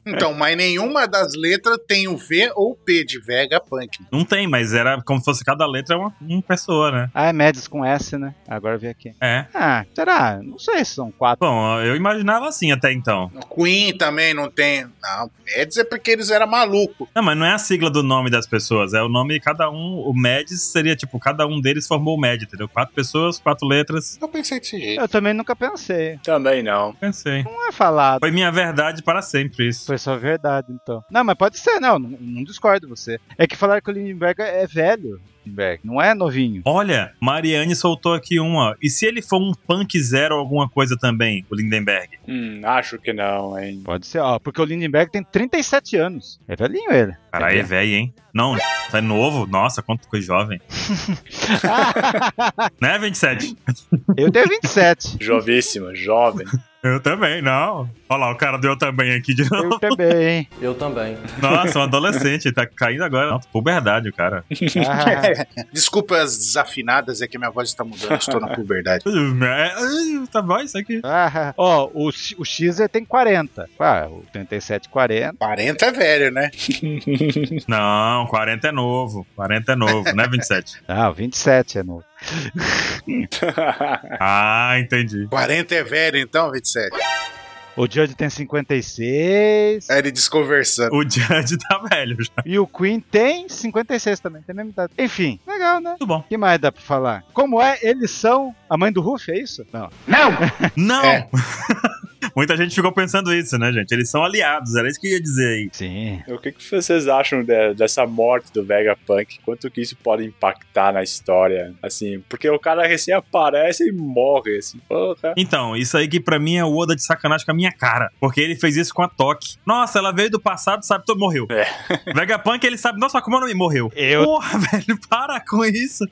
S3: Então, mas nenhuma das letras tem o V ou o P de Vegapunk.
S1: Não tem, mas era como se fosse cada letra uma, uma pessoa, né?
S2: Ah, é Meds com S, né? Agora eu vi aqui.
S1: É.
S2: Ah, será? Não sei se são quatro.
S1: Bom, eu imaginava assim até então.
S3: O Queen também não tem. Não, é dizer porque eles eram malucos.
S1: Não, mas não é a sigla do nome das pessoas, é o nome de cada um. O MED seria tipo, cada um deles formou o MED, entendeu? Quatro pessoas, quatro letras.
S3: Eu pensei desse jeito.
S2: Eu também nunca pensei.
S4: Também não.
S1: Pensei.
S2: Não é falado.
S1: Foi minha verdade para sempre isso.
S2: Foi só verdade, então. Não, mas pode ser, não. Não, não discordo você. É que falaram que o Lindenberg é velho. Lindenberg, não é novinho.
S1: Olha, Mariane soltou aqui uma. E se ele for um punk zero ou alguma coisa também, o Lindenberg?
S4: Hum, acho que não, hein?
S2: Pode ser, ó. Porque o Lindenberg tem 37 anos. É velhinho ele.
S1: Caralho, é
S2: É.
S1: velho, hein? Não, tá novo? Nossa, quanto coisa jovem. né, 27?
S2: Eu tenho 27.
S4: Jovíssimo, jovem.
S1: Eu também, não. Olha lá, o cara deu também aqui de novo.
S2: Eu também.
S5: Eu também.
S1: Nossa, um adolescente, tá caindo agora. Não, puberdade, o cara.
S2: Ah,
S3: Desculpa as desafinadas, é que minha voz está mudando, eu estou na puberdade.
S1: É, tá bom isso aqui.
S2: ah. Ó, o, X- o Xer tem 40. Ah, o 37, 40.
S3: 40 é velho, né?
S1: Não, 40 é novo. 40 é novo, né, 27?
S2: Ah, o 27 é novo.
S1: Ah, entendi.
S3: 40 é velho, então, 27.
S2: O Judge tem 56.
S3: Aí ele desconversando.
S1: O Judge tá velho já.
S2: E o Queen tem 56 também. Tem a mesma idade. Enfim, legal, né?
S1: Muito bom.
S2: O que mais dá pra falar? Como é? Eles são a mãe do Ruff, é isso? Não.
S1: Não!
S3: É.
S1: Muita gente ficou pensando isso, né, gente? Eles são aliados, era isso que eu ia dizer aí.
S2: Sim.
S4: O que, que vocês acham de- dessa morte do Vegapunk? Quanto que isso pode impactar na história? Assim, porque o cara recém aparece e morre, assim. Porra.
S1: Então, isso aí que pra mim é o Oda de sacanagem com a minha cara. Porque ele fez isso com a Toque. Nossa, ela veio do passado, sabe tudo, morreu. Vegapunk, ele sabe, nossa, como eu não me morreu.
S2: É. Eu,
S1: Porra, velho, para com isso.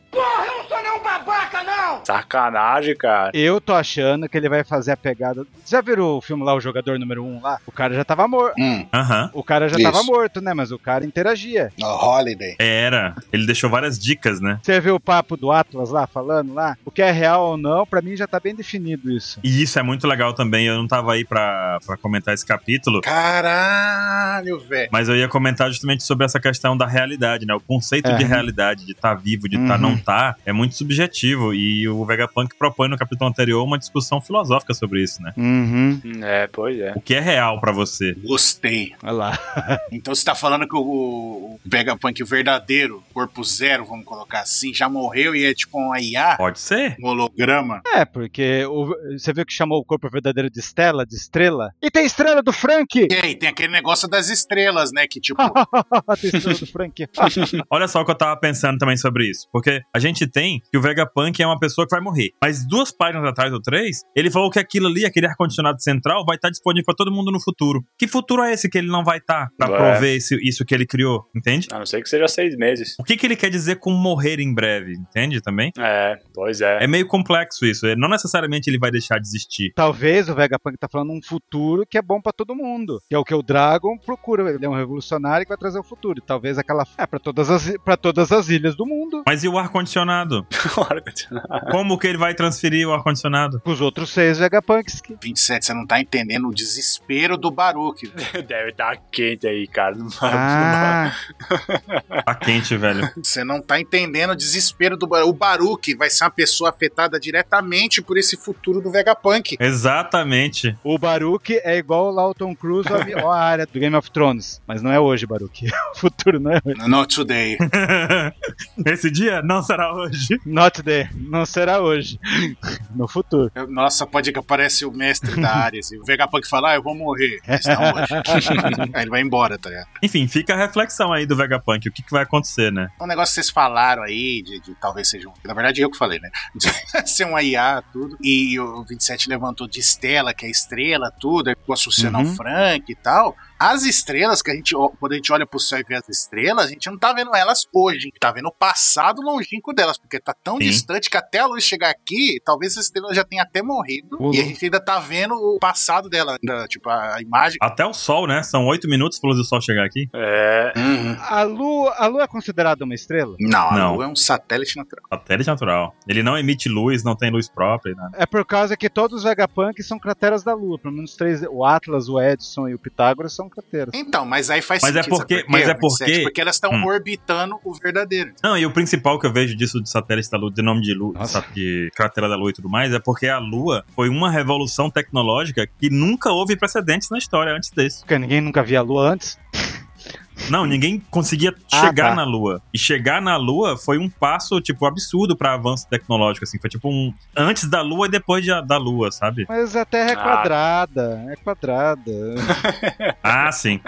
S4: Sacanagem, cara.
S2: eu tô achando que ele vai fazer a pegada. Já viram o filme lá, o jogador número 1 um lá? O cara já tava morto.
S3: Hum,
S1: Aham.
S2: O cara já
S3: Isso.
S2: tava morto, né? Mas o cara interagia.
S3: no Holiday.
S1: Era. Ele deixou várias dicas, né?
S2: Você viu o papo do Atlas lá falando lá? O que é real ou não, pra mim já tá bem definido isso.
S1: E isso é muito legal também. Eu não tava aí pra, pra comentar esse capítulo.
S3: Caralho, velho.
S1: Mas eu ia comentar justamente sobre essa questão da realidade, né? O conceito de
S2: Aham.
S1: realidade, de estar vivo, de estar
S3: Uhum.
S1: não estar, é muito subjetivo. E o Vegapunk propõe no capítulo anterior uma discussão filosófica sobre isso, né?
S2: Uhum.
S4: É, pois é.
S1: O que é real pra você?
S3: Gostei.
S2: Olha lá.
S3: Então você tá falando que o, o Vegapunk verdadeiro, corpo zero, vamos colocar assim, já morreu e é tipo um IA,
S1: Pode ser?
S3: um holograma.
S2: É, porque o- você viu que chamou o corpo verdadeiro de Estela, de Estrela? E tem Estrela do Frank!
S3: E aí, tem aquele negócio das estrelas, né? Que tipo,
S2: tem Estrela do Frank.
S1: Olha só o que eu tava pensando também sobre isso. Porque a gente tem que o Vegapunk é uma pessoa que vai morrer. Mas duas páginas atrás ou três, ele falou que aquilo ali, aquele ar-condicionado central, vai estar disponível pra todo mundo no futuro. Que futuro é esse que ele não vai estar pra
S4: É.
S1: prover esse- isso que ele criou? Entende?
S4: A não ser que seja seis meses.
S1: O que, que ele quer dizer com morrer em breve? Entende também?
S4: É, pois é.
S1: É meio complexo isso. Não necessariamente ele vai deixar de existir.
S2: Talvez o Vegapunk tá falando um futuro que é bom pra todo mundo. Que é o que o Dragon procura. Ele é um revolucionário que vai trazer o futuro. E talvez aquela. É, pra todas as, pra todas as ilhas do mundo.
S1: Mas e o ar-condicionado?
S4: Claro que não.
S1: Como que ele vai transferir o ar-condicionado?
S2: Com os outros seis Vegapunks. Que...
S3: 27, você não tá entendendo o desespero do Baruque. velho.
S4: Deve estar quente aí, cara. Não vai-
S2: Ah,
S1: Tá quente, velho.
S3: Você não tá entendendo o desespero do Baruque. O Baruque vai ser uma pessoa afetada diretamente por esse futuro do Vegapunk.
S1: Exatamente.
S2: o Baruque é igual lá o Tom Cruise ou a, vi- ou a área do Game of Thrones. Mas não é hoje, Baruque. O futuro não é hoje.
S3: Not today.
S1: Esse dia não será hoje.
S2: Not there. Não será hoje. No futuro.
S3: Eu- Nossa, pode que aparece o mestre da área. Assim, o Vegapunk fala, ah, eu vou morrer. Mas não hoje. aí ele vai embora, tá ligado?
S1: Enfim, fica a reflexão aí do Vegapunk. O que, que vai acontecer, né?
S3: Um negócio que vocês falaram aí, de, de talvez seja um. Na verdade, eu que falei, né? De ser um IA, tudo. E o 27 levantou de Estela, que é estrela, tudo. Aí ficou associando
S2: Uhum.
S3: ao Frank e tal. As estrelas, que a gente, ó- quando a gente olha pro céu e vê as estrelas, a gente não tá vendo elas hoje, a gente tá vendo o passado longínquo delas, porque tá tão
S1: Sim.
S3: distante que até a luz chegar aqui, talvez as estrelas já tenham até morrido,
S2: Ô,
S3: e a
S2: louco.
S3: gente ainda tá vendo o passado dela, ainda, tipo, a, a imagem.
S1: Até o sol, né? São oito minutos pra luz do sol chegar aqui.
S4: É.
S2: A Lua, a Lua é considerada uma estrela?
S3: Não, a
S1: Não.
S3: Lua é um satélite natural.
S1: Satélite Tá natural. Ele não emite luz, não tem luz própria, né?
S2: É por causa que todos os Vegapunks são crateras da Lua. Pelo menos três. O Atlas, o Edson e o Pitágoras são crateras.
S3: Então, mas aí faz
S1: Mas é
S3: sentido. sabe
S1: porque-
S3: por quê,
S1: mas é
S3: 27?
S1: porque-
S3: Porque elas estão
S1: Hum.
S3: orbitando o verdadeiro.
S1: Não, e o principal que eu vejo disso de satélite da Lua, de nome de Lua,
S2: Nossa.
S1: sa- de cratera da Lua e tudo mais, é porque a Lua foi uma revolução tecnológica que nunca houve precedentes na história antes desse.
S2: Porque ninguém nunca via a Lua antes.
S1: Não, ninguém conseguia
S2: Ah,
S1: chegar
S2: tá.
S1: na Lua. E chegar na Lua foi um passo, tipo, absurdo pra avanço tecnológico, assim. Foi tipo um antes da Lua e depois de- da Lua, sabe?
S2: Mas a Terra é
S4: Ah.
S2: quadrada. É quadrada.
S1: Ah, sim.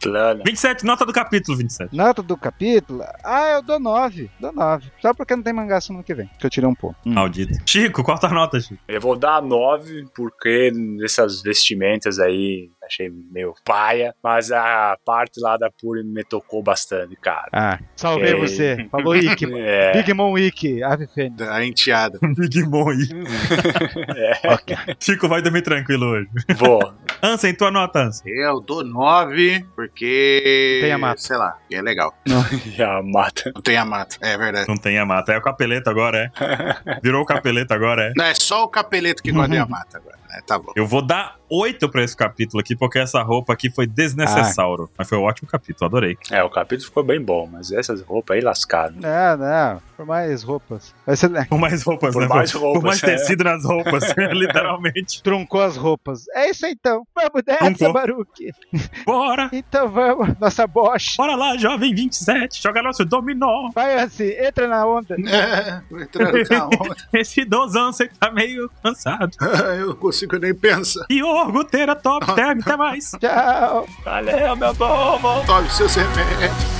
S4: Plana.
S1: 27, nota do capítulo 27.
S2: Nota do capítulo? Ah, eu dou 9. Dou 9. Só porque não tem mangá semana que vem. Que eu tirei um pouco.
S1: Maldito. Chico, corta a nota, Chico.
S4: Eu vou dar nove porque nessas vestimentas aí achei meio paia, mas a parte lá da Puri me tocou bastante, cara.
S2: Ah, salvei
S4: Ok.
S2: você. Falou Ikki.
S4: É.
S2: Big Mom Wiki, Ave Fênix.
S3: Da enteada.
S1: Big Mom aí.
S2: Ok.
S1: Chico vai dormir tranquilo hoje.
S4: Vou.
S1: Ansem, tua nota, Ansem.
S3: É, Eu dou 9, porque.
S2: Tem a mata.
S3: Sei lá, é legal.
S4: E a mata.
S3: Não tem a mata, é verdade.
S1: Não tem a mata. É o capeleto agora, é. Virou o capeleto agora, é.
S3: Não, é só o capeleto que guarda
S1: Uhum.
S3: a mata agora. né? tá bom.
S1: Eu vou dar oito pra esse capítulo aqui, porque essa roupa aqui foi
S4: Ah.
S1: desnecessauro. Mas foi um ótimo capítulo, adorei.
S4: É, o capítulo ficou bem bom, mas essas roupas aí lascaram.
S2: Não, não. Por mais roupas. Vai ser,
S1: Por mais roupas,
S4: Por
S1: né?
S4: mais roupas,
S1: Por mais
S4: é.
S1: tecido nas roupas, literalmente.
S2: Truncou as roupas. É isso aí, então. Vamos nessa,
S1: Truncou.
S2: Baruque.
S1: Bora!
S2: Então vamos, nossa Bosch.
S1: Bora lá, jovem 27, joga nosso dominó.
S2: Vai assim, entra na onda.
S3: É, entrando na onda.
S1: Esse Dozansen tá meio cansado.
S3: Eu não consigo nem pensar.
S1: E o Orguteira top term, até mais.
S2: Tchau.
S4: Valeu, meu povo!
S3: Tome seus remédios.